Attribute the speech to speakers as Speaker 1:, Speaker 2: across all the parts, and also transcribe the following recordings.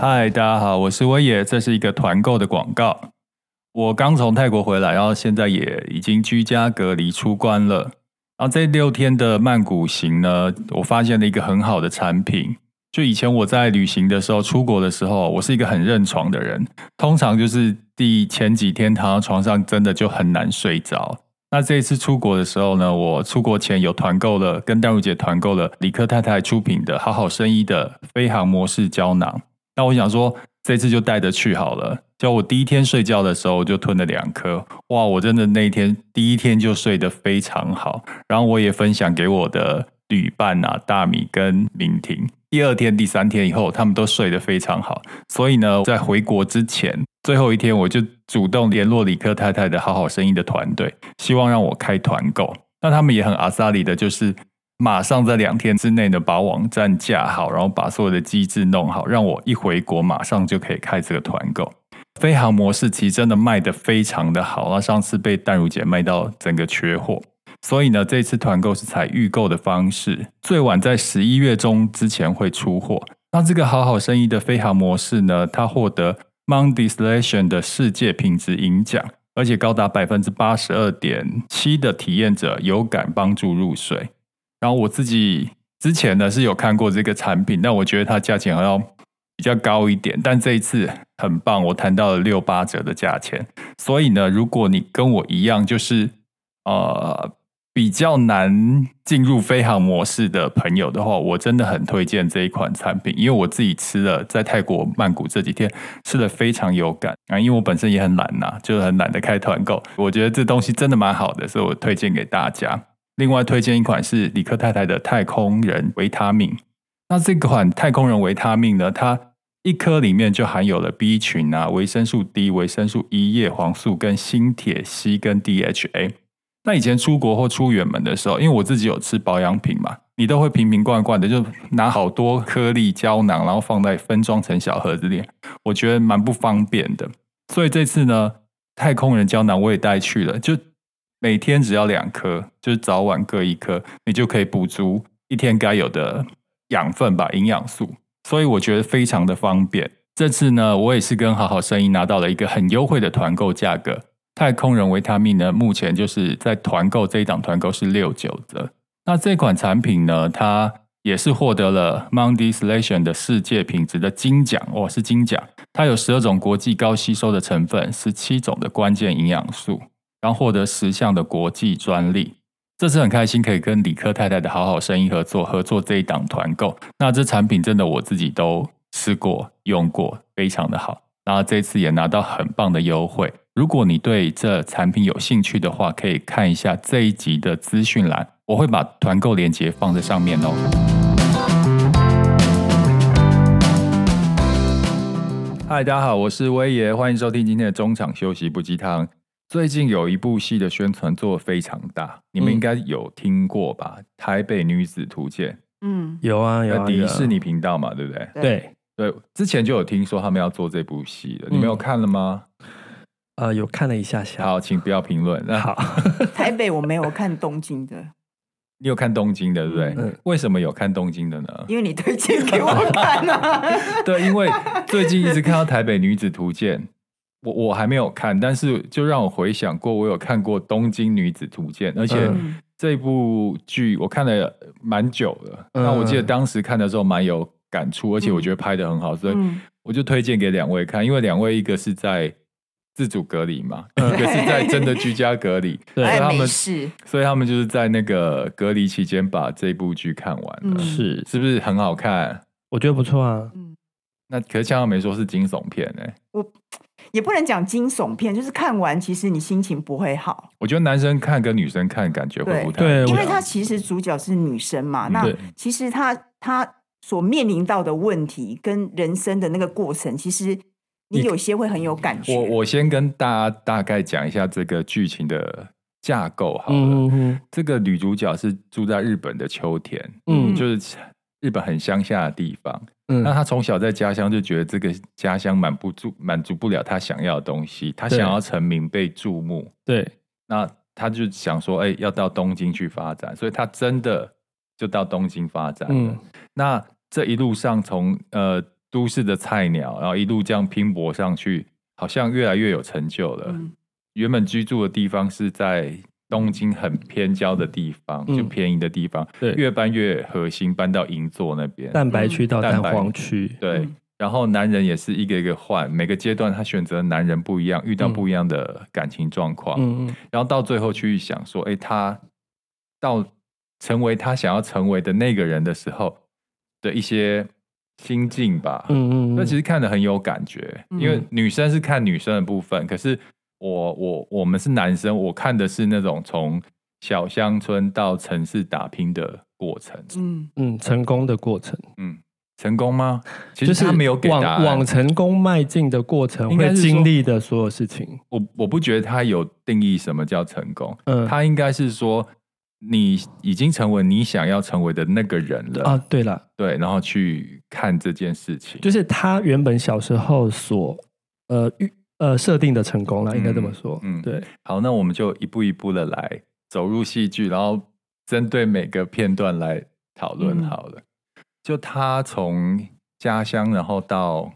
Speaker 1: 嗨，大家好，我是威爷，这是一个团购的广告。我刚从泰国回来，然后现在也已经居家隔离出关了。然后这六天的曼谷行呢，我发现了一个很好的产品。就以前我在旅行的时候，出国的时候，我是一个很认床的人，通常就是第前几天躺到床上，真的就很难睡着。那这一次出国的时候呢，我出国前有团购了，跟丹如姐团购了李克太太出品的好好生意的飞航模式胶囊。那我想说，这次就带着去好了。就我第一天睡觉的时候，我就吞了两颗，哇！我真的那一天第一天就睡得非常好。然后我也分享给我的旅伴啊，大米跟明婷。第二天、第三天以后，他们都睡得非常好。所以呢，在回国之前最后一天，我就主动联络李克太太的好好生意的团队，希望让我开团购。那他们也很阿萨里的，就是马上在两天之内呢把网站架好，然后把所有的机制弄好，让我一回国马上就可以开这个团购。飞航模式其实真的卖得非常的好，那上次被淡如姐卖到整个缺货，所以呢这次团购是采预购的方式，最晚在十一月中之前会出货。那这个好好生意的飞航模式呢，它获得 Mount Distillation 的世界品质银奖，而且高达百分之八十二点七的体验者有感帮助入睡。然后我自己之前呢是有看过这个产品，但我觉得它价钱好像比较高一点，但这一次很棒，我谈到了六八折的价钱。所以呢，如果你跟我一样，就是呃比较难进入飞航模式的朋友的话，我真的很推荐这一款产品，因为我自己吃了，在泰国曼谷这几天吃的非常有感啊，因为我本身也很懒呐、就是很懒得开团购，我觉得这东西真的蛮好的，所以我推荐给大家。另外推荐一款是李克太太的太空人维他命。那这款太空人维他命呢，它一颗里面就含有了 B 群啊、维生素 D、维生素 E、叶黄素跟锌、铁、硒跟 DHA。那以前出国或出远门的时候，因为我自己有吃保养品嘛，你都会瓶瓶罐罐的，就拿好多颗粒胶囊，然后放在分装成小盒子里，我觉得蛮不方便的。所以这次呢，太空人胶囊我也带去了，就每天只要两颗，就是早晚各一颗，你就可以补足一天该有的养分吧，营养素。所以我觉得非常的方便。这次呢，我也是跟好好生意拿到了一个很优惠的团购价格。太空人维他命呢，目前就是在团购这一档团购是六九折。那这款产品呢，它也是获得了 Monday Selection 的世界品质的金奖哦，是金奖。它有十二种国际高吸收的成分，十七种的关键营养素，然后获得十项的国际专利。这次很开心可以跟李克太太的好好生意合作，合作这一档团购。那这产品真的我自己都吃过、用过，非常的好。那这次也拿到很棒的优惠。如果你对这产品有兴趣的话，可以看一下这一集的资讯栏，我会把团购链接放在上面哦。嗨，大家好，我是威爷，欢迎收听今天的中场休息不鸡汤。最近有一部戏的宣传做得非常大，你们
Speaker 2: 嗯
Speaker 1: 应该有听过吧？台北女子图鉴》
Speaker 3: 嗯，
Speaker 2: 有啊有
Speaker 1: 呃
Speaker 2: 啊，
Speaker 1: 迪
Speaker 2: 有啊
Speaker 1: 士尼频道嘛，对不对？
Speaker 2: 对，
Speaker 1: 对，之前就有听说他们要做这部戏了，你们有
Speaker 2: 嗯
Speaker 1: 看了吗？
Speaker 2: 呃，有看了一下下，
Speaker 1: 好，请不要评论。那
Speaker 2: 好，
Speaker 3: 台北我没有看东京的，
Speaker 1: 你有看东京的，对不对？
Speaker 2: 嗯
Speaker 1: 为什么有看东京的呢？
Speaker 3: 因为你推荐给我看啊。
Speaker 1: 对，因为最近一直看到《台北女子图鉴》我，我还没有看，但是就让我回想过，我有看过《东京女子图鉴》，而且
Speaker 2: 嗯
Speaker 1: 这部剧我看了蛮久了。
Speaker 2: 嗯
Speaker 1: 那我记得当时看的时候蛮有感触，而且我觉得拍的很好，所以
Speaker 3: 嗯
Speaker 1: 我就推荐给两位看，因为两位一个是在自主隔离嘛，一个是 在真的居家隔离，所
Speaker 2: 嗯对
Speaker 1: 以
Speaker 3: 哎，
Speaker 1: 他
Speaker 3: 没
Speaker 1: 们
Speaker 3: 事，
Speaker 1: 所以他们就是在那个隔离期间把这部剧看完了，
Speaker 3: 嗯
Speaker 2: 是，
Speaker 1: 是不是很好看？
Speaker 2: 我觉得不错啊，
Speaker 1: 那可是像他没说是惊悚片哎、
Speaker 3: 也不能讲惊悚片，就是看完其实你心情不会好，
Speaker 1: 我觉得男生看跟女生看感觉会不太一样，
Speaker 2: 对
Speaker 3: 因为她其实主角是女生嘛，
Speaker 1: 嗯
Speaker 3: 那
Speaker 2: 对
Speaker 3: 其实她她所面临到的问题跟人生的那个过程，其实你有些会很有感觉。
Speaker 1: 我我先跟大家大概讲一下这个剧情的架构好了。
Speaker 2: 嗯嗯
Speaker 1: 这个女主角是住在日本的秋田，
Speaker 2: 嗯
Speaker 1: 就是日本很乡下的地方。
Speaker 2: 嗯
Speaker 1: 那
Speaker 2: 嗯，
Speaker 1: 她从小在家乡就觉得这个家乡满不住满足不了她想要的东西，她
Speaker 2: 对
Speaker 1: 想要成名被注目，
Speaker 2: 对，
Speaker 1: 那她就想说，哎、要到东京去发展，所以她真的就到东京发展了。
Speaker 2: 嗯
Speaker 1: 那这一路上从呃都市的菜鸟，然后一路这样拼搏上去，好像越来越有成就了。
Speaker 3: 嗯
Speaker 1: 原本居住的地方是在东京很偏郊的地方，
Speaker 2: 嗯
Speaker 1: 就便宜的地方，
Speaker 2: 对
Speaker 1: 越搬越核心，搬到银座那边。
Speaker 2: 蛋白区到
Speaker 1: 蛋
Speaker 2: 蛋
Speaker 1: 白
Speaker 2: 黄区，
Speaker 1: 对，
Speaker 3: 嗯
Speaker 1: 然后男人也是一个一个换，每个阶段他选择的男人不一样，遇到
Speaker 2: 嗯
Speaker 1: 不一样的感情状况，
Speaker 2: 嗯嗯，
Speaker 1: 然后到最后去想说，哎，他到成为他想要成为的那个人的时候的一些心境吧。
Speaker 2: 嗯嗯，
Speaker 1: 那其
Speaker 2: 实
Speaker 1: 实看的很有感觉，
Speaker 3: 嗯
Speaker 1: 因为女生是看女生的部分，可是我我我们是男生，我看的是那种从小乡村到城市打拼的过程。
Speaker 3: 嗯
Speaker 2: 嗯成功的过程，
Speaker 1: 嗯，成功吗？其
Speaker 2: 就
Speaker 1: 实
Speaker 2: 是
Speaker 1: 他没有给答
Speaker 2: 往
Speaker 1: 案。
Speaker 2: 往成功迈进的过程
Speaker 1: 应该
Speaker 2: 会
Speaker 1: 是说
Speaker 2: 经历的所有事情，
Speaker 1: 我我不觉得他有定义什么叫成功，
Speaker 2: 嗯，
Speaker 1: 他应该是说你已经成为你想要成为的那个人了，
Speaker 2: 啊，对了，
Speaker 1: 对，然后去看这件事情。
Speaker 2: 就是他原本小时候所呃预呃设定的成功了，应该这么说，
Speaker 1: 嗯嗯
Speaker 2: 对，
Speaker 1: 好，那我们就一步一步的来走入戏剧，然后针对每个片段来讨论
Speaker 3: 嗯
Speaker 1: 好了。就他从家乡，然后到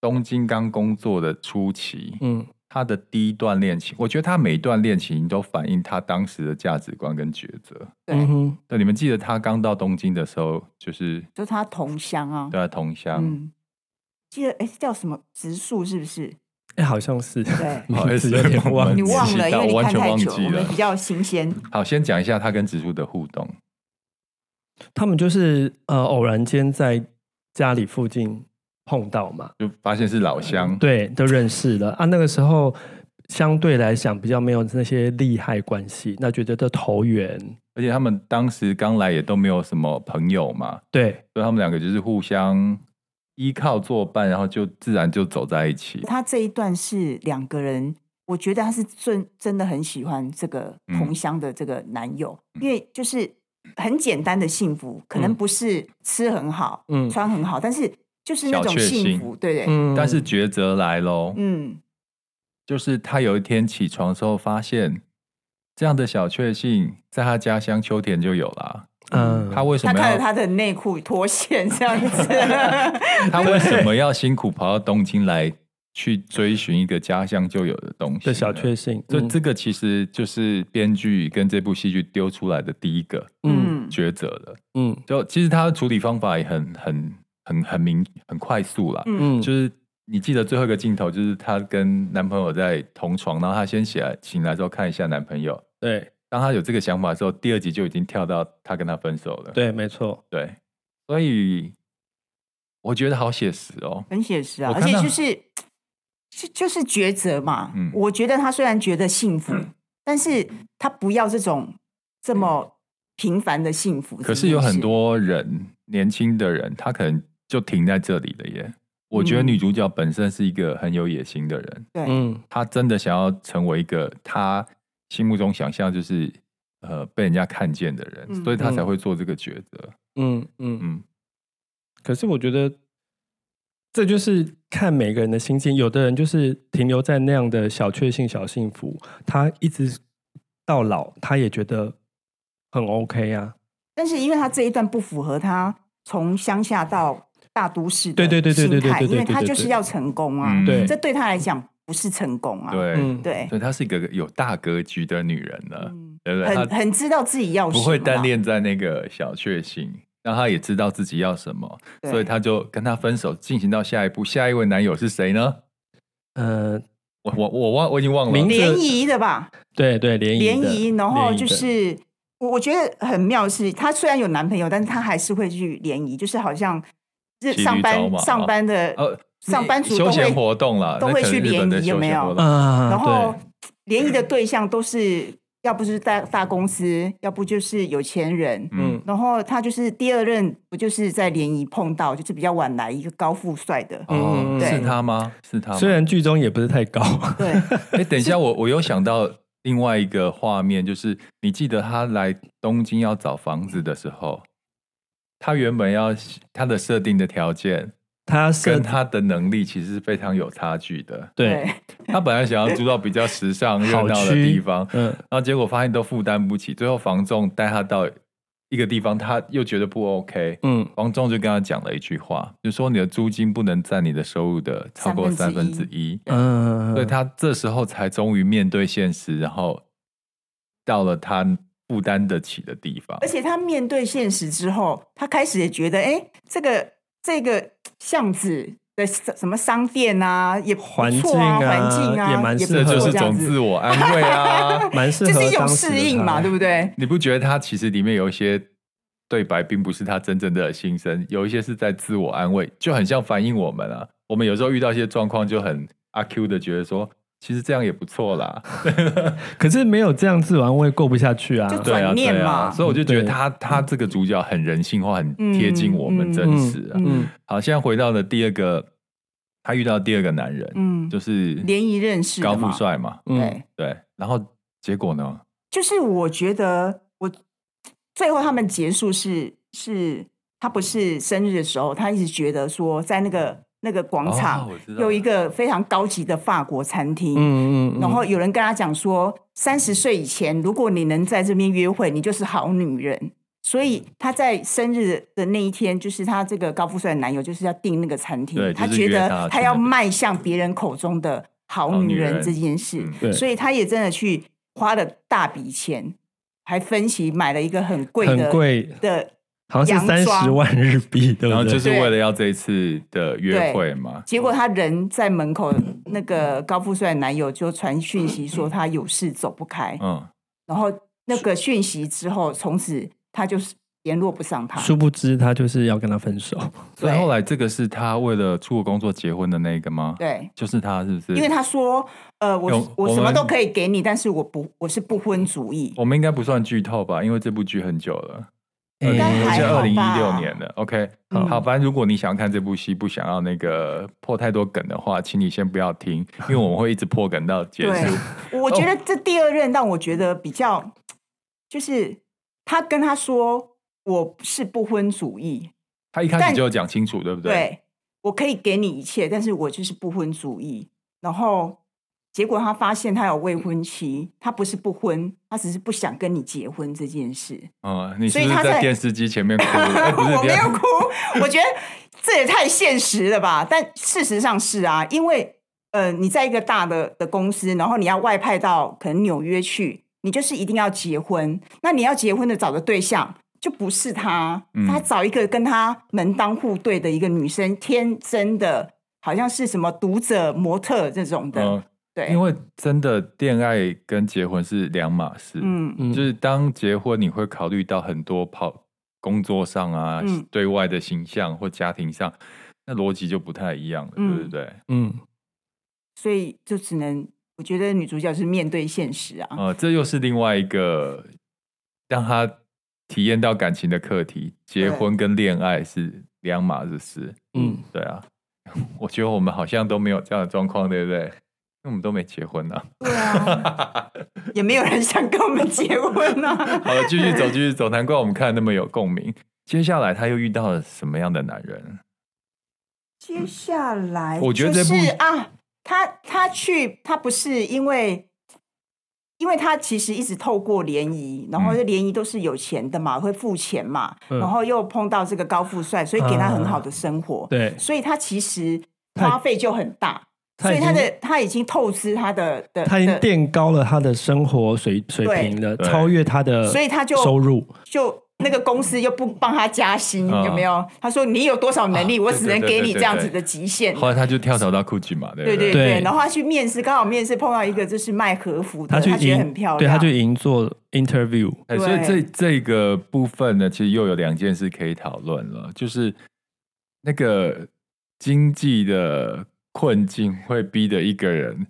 Speaker 1: 东京刚工作的初期，
Speaker 2: 嗯
Speaker 1: 他的第一段恋情，我觉得他每一段恋情都反映他当时的价值观跟抉择。
Speaker 3: 对
Speaker 2: 嗯哼，
Speaker 1: 对，你们记得他刚到东京的时候，就是
Speaker 3: 就他同乡啊，
Speaker 1: 对他同乡，
Speaker 3: 嗯，记得哎叫什么植树是不是？
Speaker 2: 哎，好像是，
Speaker 3: 对
Speaker 1: 不好意思
Speaker 2: 有点
Speaker 1: 我
Speaker 2: 忘
Speaker 1: 们
Speaker 3: 你
Speaker 2: 记，
Speaker 3: 忘
Speaker 1: 知
Speaker 3: 了，因
Speaker 1: 嗯道
Speaker 3: 为你
Speaker 1: 完
Speaker 3: 看
Speaker 1: 全
Speaker 3: 太
Speaker 1: 忘
Speaker 3: 久，
Speaker 1: 记
Speaker 3: 我们
Speaker 1: 了
Speaker 3: 比较新鲜。
Speaker 1: 好，先讲一下他跟植树的互动。
Speaker 2: 他们就是呃偶然间在家里附近碰到嘛，
Speaker 1: 就发现是老乡，
Speaker 2: 对，都认识了啊。那个时候相对来讲比较没有那些利害关系，那觉得都投缘，
Speaker 1: 而且他们当时刚来也都没有什么朋友嘛，
Speaker 2: 对，
Speaker 1: 所以他们两个就是互相依靠作伴，然后就自然就走在一起。
Speaker 3: 他这一段是两个人，我觉得他是真真的很喜欢这个
Speaker 1: 嗯
Speaker 3: 同乡的这个男友，因为就是很简单的幸福，可能
Speaker 2: 嗯
Speaker 3: 不是吃很好、
Speaker 2: 嗯
Speaker 3: 穿很好，但是就是那
Speaker 1: 小
Speaker 3: 种
Speaker 1: 确
Speaker 3: 幸
Speaker 1: 幸
Speaker 3: 福，对不对？
Speaker 2: 嗯
Speaker 1: 但是抉择来喽，
Speaker 3: 嗯，
Speaker 1: 就是他有一天起床的时候发现，这样的小确幸在他家乡秋田就有啦。
Speaker 2: 嗯，
Speaker 1: 他为什
Speaker 3: 他
Speaker 1: 么
Speaker 3: 看着
Speaker 1: 要嗯
Speaker 3: 他的内裤脱线这样 子，
Speaker 1: 他为什么要辛苦跑到东京来去追寻一个家乡就有的东西
Speaker 2: 的
Speaker 1: 呢？
Speaker 2: 小确幸，
Speaker 1: 所以
Speaker 2: 嗯
Speaker 1: 这个其实就是编剧跟这部戏剧丢出来的第一个
Speaker 2: 嗯
Speaker 3: 嗯，
Speaker 1: 抉择了。
Speaker 2: 嗯
Speaker 1: 就其实他的处理方法也很很很很明很快速啦，
Speaker 3: 嗯
Speaker 2: 嗯，
Speaker 1: 就是你记得最后一个镜头，就是她跟男朋友在同床，然后她先起来醒来之后看一下男朋友，
Speaker 2: 对
Speaker 1: 当她有这个想法的时候，第二集就已经跳到她跟他分手了。
Speaker 2: 对，没错，
Speaker 1: 对，所以我觉得好写实哦。
Speaker 3: 很写实啊，
Speaker 1: 我
Speaker 3: 而
Speaker 1: 看
Speaker 3: 且
Speaker 1: 到
Speaker 3: 就是就就是抉择嘛。
Speaker 1: 嗯
Speaker 3: 我觉得他虽然觉得幸福，但是他不要这种这么平凡的幸福。
Speaker 1: 嗯可是有很多人年轻的人，他可能就停在这里了耶。我觉得
Speaker 3: 嗯
Speaker 1: 女主角本身是一个很有野心的人，
Speaker 3: 对
Speaker 2: 嗯
Speaker 1: 她真的想要成为一个她心目中想象就是呃被人家看见的人，
Speaker 3: 嗯
Speaker 1: 所以她才
Speaker 2: 嗯
Speaker 1: 会做这个抉择。
Speaker 2: 嗯嗯。
Speaker 1: 嗯，
Speaker 2: 可是我觉得这就是看每个人的心境，有的人就是停留在那样的小确幸、小幸福，他一直到老，他也觉得很 OK 啊。
Speaker 3: 但是因为他这一段不符合他从乡下到大都市的
Speaker 2: 对对对对对对
Speaker 3: 心态
Speaker 2: 对对
Speaker 3: 因为
Speaker 2: 对
Speaker 3: 他
Speaker 2: 对
Speaker 3: 就是
Speaker 2: 对
Speaker 3: 要成功啊
Speaker 1: 嗯，
Speaker 2: 对
Speaker 3: 这对他来讲不是成功啊。
Speaker 1: 对，
Speaker 2: 嗯
Speaker 3: 对
Speaker 1: 所以她是一个有大格局的女人呢，
Speaker 3: 嗯
Speaker 1: 对不对？
Speaker 3: 很
Speaker 1: 她
Speaker 3: 很知道自己要什
Speaker 1: 不
Speaker 3: 么啊，
Speaker 1: 会单恋在那个小确幸。那她也知道自己要什么，
Speaker 3: 对，
Speaker 1: 所以她就跟他分手，进行到下一步。下一位男友是谁呢？
Speaker 2: 呃，
Speaker 1: 我我我忘，我已经忘了。
Speaker 2: 名字
Speaker 3: 联谊的吧，
Speaker 2: 对对，联谊
Speaker 3: 联
Speaker 2: 的
Speaker 3: 谊，然后
Speaker 2: 联谊
Speaker 3: 就
Speaker 2: 的
Speaker 3: 是我我觉得很妙的是，她虽然有男朋友，但是她还是会去联谊，就是好像日
Speaker 1: 骑驴
Speaker 3: 上
Speaker 1: 找
Speaker 2: 啊
Speaker 3: 班
Speaker 1: 马
Speaker 3: 上班的，
Speaker 2: 哦
Speaker 1: 呃，
Speaker 3: 上班族
Speaker 1: 休
Speaker 3: 都会
Speaker 1: 闲活动啦，
Speaker 3: 都
Speaker 1: 那
Speaker 3: 会
Speaker 1: 可能
Speaker 3: 去
Speaker 1: 日
Speaker 3: 联
Speaker 1: 本的
Speaker 3: 谊有
Speaker 1: 休
Speaker 3: 没
Speaker 1: 闲
Speaker 3: 有
Speaker 1: 活动？
Speaker 2: 啊，
Speaker 3: 然后
Speaker 2: 对
Speaker 3: 联谊的对象都是要不就是大大公司，要不就是有钱人。
Speaker 1: 嗯
Speaker 2: 嗯，
Speaker 3: 然后她就是第二任，不就是在联谊碰到，就是比较晚来一个高富帅的，
Speaker 1: 哦
Speaker 2: 嗯，
Speaker 1: 是
Speaker 3: 对
Speaker 1: 他吗？是他吗？
Speaker 2: 虽然剧中也不是太高，
Speaker 3: 对，
Speaker 1: 哎，等一下，我我又想到另外一个画面，就是你记得他来东京要找房子的时候，他原本要他的设定的条件
Speaker 2: 他是
Speaker 1: 跟他的能力其实是非常有差距的。
Speaker 2: 对，
Speaker 1: 他本来想要租到比较时尚热
Speaker 2: 哎好
Speaker 1: 闹的
Speaker 2: 区
Speaker 1: 地方，
Speaker 2: 嗯
Speaker 1: 然后结果发现都负担不起，最后房仲带他到一个地方，他又觉得不 OK，
Speaker 2: 嗯，
Speaker 1: 房仲就跟他讲了一句话，就说你的租金不能占你的收入的超过三
Speaker 3: 三分
Speaker 1: 分
Speaker 3: 之
Speaker 1: 之一。
Speaker 2: 嗯，
Speaker 1: 所以他这时候才终于面对现实，然后到了他负担得起的地方
Speaker 3: 而。且他面对现实之后，他开始也觉得，哎，这个这个巷子的什么商店啊，也不
Speaker 2: 环
Speaker 3: 错啊，
Speaker 2: 境啊
Speaker 3: 环境啊，
Speaker 2: 也蛮
Speaker 3: 不
Speaker 1: 这
Speaker 2: 适合
Speaker 3: 错
Speaker 1: 就是
Speaker 3: 这样
Speaker 1: 种
Speaker 3: 子
Speaker 1: 自，我安慰啊！
Speaker 2: 蛮适
Speaker 3: 这
Speaker 2: 合
Speaker 3: 是一种
Speaker 2: 当时
Speaker 3: 适
Speaker 2: 的
Speaker 3: 应嘛，
Speaker 2: 他
Speaker 3: 对不对？
Speaker 1: 你不觉得他其实里面有一些对白，并不是他真正的心声，有一些是在自我安慰，就很像反映我们啊。我们有时候遇到一些状况，就很阿 Q 的觉得说，其实这样也不错 啦。
Speaker 2: 可是没有这样自玩，我也过不下去啊。
Speaker 3: 就
Speaker 1: 对啊，
Speaker 3: 转念
Speaker 1: 对啊，
Speaker 3: 嘛嗯
Speaker 1: 所以我就觉得
Speaker 2: 对
Speaker 1: 他他这个主角很人性化，很贴近我们
Speaker 3: 嗯
Speaker 1: 真实啊。
Speaker 2: 嗯
Speaker 1: 好，现在回到了第二个，他遇到第二个男人，
Speaker 3: 嗯，
Speaker 1: 就是
Speaker 3: 联谊认识的
Speaker 1: 高
Speaker 3: 嘛
Speaker 1: 富帅嘛，
Speaker 2: 嗯，
Speaker 3: 对，
Speaker 1: 对。然后结果呢？
Speaker 3: 就是我觉得我最后他们结束是是，他不是生日的时候，他一直觉得说在那个那个广场
Speaker 1: 哦我知道
Speaker 3: 有一个非常高级的法国餐厅，
Speaker 2: 嗯嗯，
Speaker 3: 然后有人跟他讲说，三十岁以前，如果你能在这边约会，你就是好女人。所以他在生日的那一天，就是他这个高富帅的男友，就是要订那个餐厅
Speaker 1: 对，
Speaker 3: 他
Speaker 1: 就是
Speaker 3: 觉
Speaker 1: 约他
Speaker 3: 得他要
Speaker 1: 去那边
Speaker 3: 迈向别人口中的好女人这件事
Speaker 1: 嗯，
Speaker 2: 对
Speaker 3: 所以他也真的去花了大笔钱，还分期买了一个很贵
Speaker 2: 很
Speaker 3: 的
Speaker 2: 贵，
Speaker 3: 的
Speaker 2: 好像是三
Speaker 3: 洋装
Speaker 2: 十万日币，对
Speaker 1: 然后
Speaker 2: 不
Speaker 1: 就
Speaker 2: 对？
Speaker 1: 是为了要这一次的约会嘛，
Speaker 3: 结果他人在门口，那个高富帅的男友就传讯息说他有事走不开，
Speaker 1: 嗯，
Speaker 3: 然后那个讯息之后，从此他就是联络不上他。
Speaker 2: 殊不知他就是要跟他 分手。
Speaker 1: 所以
Speaker 3: 对
Speaker 1: 后来这个是他为了出国工作结婚的那个吗？，
Speaker 3: 对，
Speaker 1: 就是他，是不是？
Speaker 3: 因为他说，呃，我
Speaker 1: 有
Speaker 3: 我
Speaker 1: 我
Speaker 3: 什么
Speaker 1: 们哦
Speaker 3: 都可以给你，但是我不我是不婚主义。
Speaker 1: 我们应该不算剧透吧，因为这部剧很久了，
Speaker 3: 应该还
Speaker 1: 嗯是
Speaker 3: 好
Speaker 1: 二零一六
Speaker 3: 吧
Speaker 1: 年的。OK，
Speaker 3: 嗯
Speaker 1: 好，反正如果你想看这部戏，不想要那个破太多梗的话，请你先不要听，因为我们会一直破梗到结
Speaker 3: 对
Speaker 1: 束。，
Speaker 3: 我觉得这第二任让我觉得比较，就是他跟他说我是不婚主义，
Speaker 1: 他一开
Speaker 3: 但
Speaker 1: 始就有讲清楚，对不
Speaker 3: 对我可以给你一切，但是我就是不婚主义。然后结果他发现他有未婚妻，他不是不婚，他只是不想跟你结婚这件事。
Speaker 1: 嗯，你是
Speaker 3: 所以
Speaker 1: 不是
Speaker 3: 他在
Speaker 1: 在电视机前面哭 了？ 哎不是，
Speaker 3: 我没
Speaker 1: 等一下
Speaker 3: 有哭，我觉得这也太现实了吧？但事实上是啊，因为呃，你在一个大的的公司，然后你要外派到可能纽约去，你就是一定要结婚。那你要结婚的找的对象就不是他，
Speaker 1: 嗯
Speaker 3: 他找一个跟他门当户对的一个女生，天真的，好像是什么读者模特这种的，
Speaker 1: 嗯，
Speaker 3: 对，
Speaker 1: 因为真的恋爱跟结婚是两码事，
Speaker 3: 嗯
Speaker 2: 嗯
Speaker 1: 就是当结婚，你会考虑到很多跑工作上啊、
Speaker 3: 嗯
Speaker 1: 对外的形象或家庭上，那逻辑就不太一样了，
Speaker 3: 嗯
Speaker 1: 对不对？
Speaker 2: 嗯，
Speaker 3: 所以就只能。我觉得女主角是面对现实啊，
Speaker 1: 呃，这又是另外一个让他体验到感情的课题。结婚跟恋爱是两码子事，
Speaker 2: 嗯，
Speaker 1: 对啊。 我觉得我们好像都没有这样的状况，对不对？因为我们都没结婚啊。
Speaker 3: 对啊， 也没有人想跟我们结婚啊。
Speaker 1: 好了，继续走，继续走。难怪我们看得那么有共鸣。接下来他又遇到了什么样的男人？
Speaker 3: 接下来，
Speaker 1: 我觉得这部
Speaker 3: 是啊，他他去，他不是因为，因为他其实一直透过联谊，然
Speaker 1: 嗯
Speaker 3: 后这联谊都是有钱的嘛，会付钱嘛，
Speaker 2: 嗯
Speaker 3: 然后又碰到这个高富帅，所以给他很好的生
Speaker 1: 嗯
Speaker 3: 活，
Speaker 2: 对，
Speaker 3: 所以他其实
Speaker 2: 他
Speaker 3: 花费就很大，
Speaker 2: 他
Speaker 3: 所
Speaker 2: 已
Speaker 3: 以
Speaker 2: 经
Speaker 3: 他的他已经透支他的的
Speaker 2: 他已经
Speaker 3: 的
Speaker 2: 垫高了他的生活水水平了，
Speaker 1: 对
Speaker 2: 超越他的，
Speaker 3: 所以他就
Speaker 2: 收入。
Speaker 3: 就那个公司又不帮他加薪，
Speaker 1: 嗯
Speaker 3: 有没有？他说你有多少能力，
Speaker 1: 啊
Speaker 3: 我只能
Speaker 1: 对对
Speaker 3: 给
Speaker 1: 对
Speaker 3: 你
Speaker 1: 对
Speaker 3: 这样
Speaker 1: 对
Speaker 3: 子的极限。
Speaker 1: 后来他就跳槽到 GUCCI 嘛，对
Speaker 3: 对
Speaker 1: 不对？
Speaker 3: 对对，
Speaker 2: 对
Speaker 3: 然后他去面试，刚好面试碰到一个就是卖和服的，
Speaker 2: 他去
Speaker 3: 他觉得
Speaker 2: 银
Speaker 3: 很漂亮，
Speaker 2: 对，他去银做 interview，
Speaker 1: 哎，所以
Speaker 3: 对
Speaker 1: 这这个部分呢，其实又有两件事可以讨论了，就是那个经济的困境会逼得一个人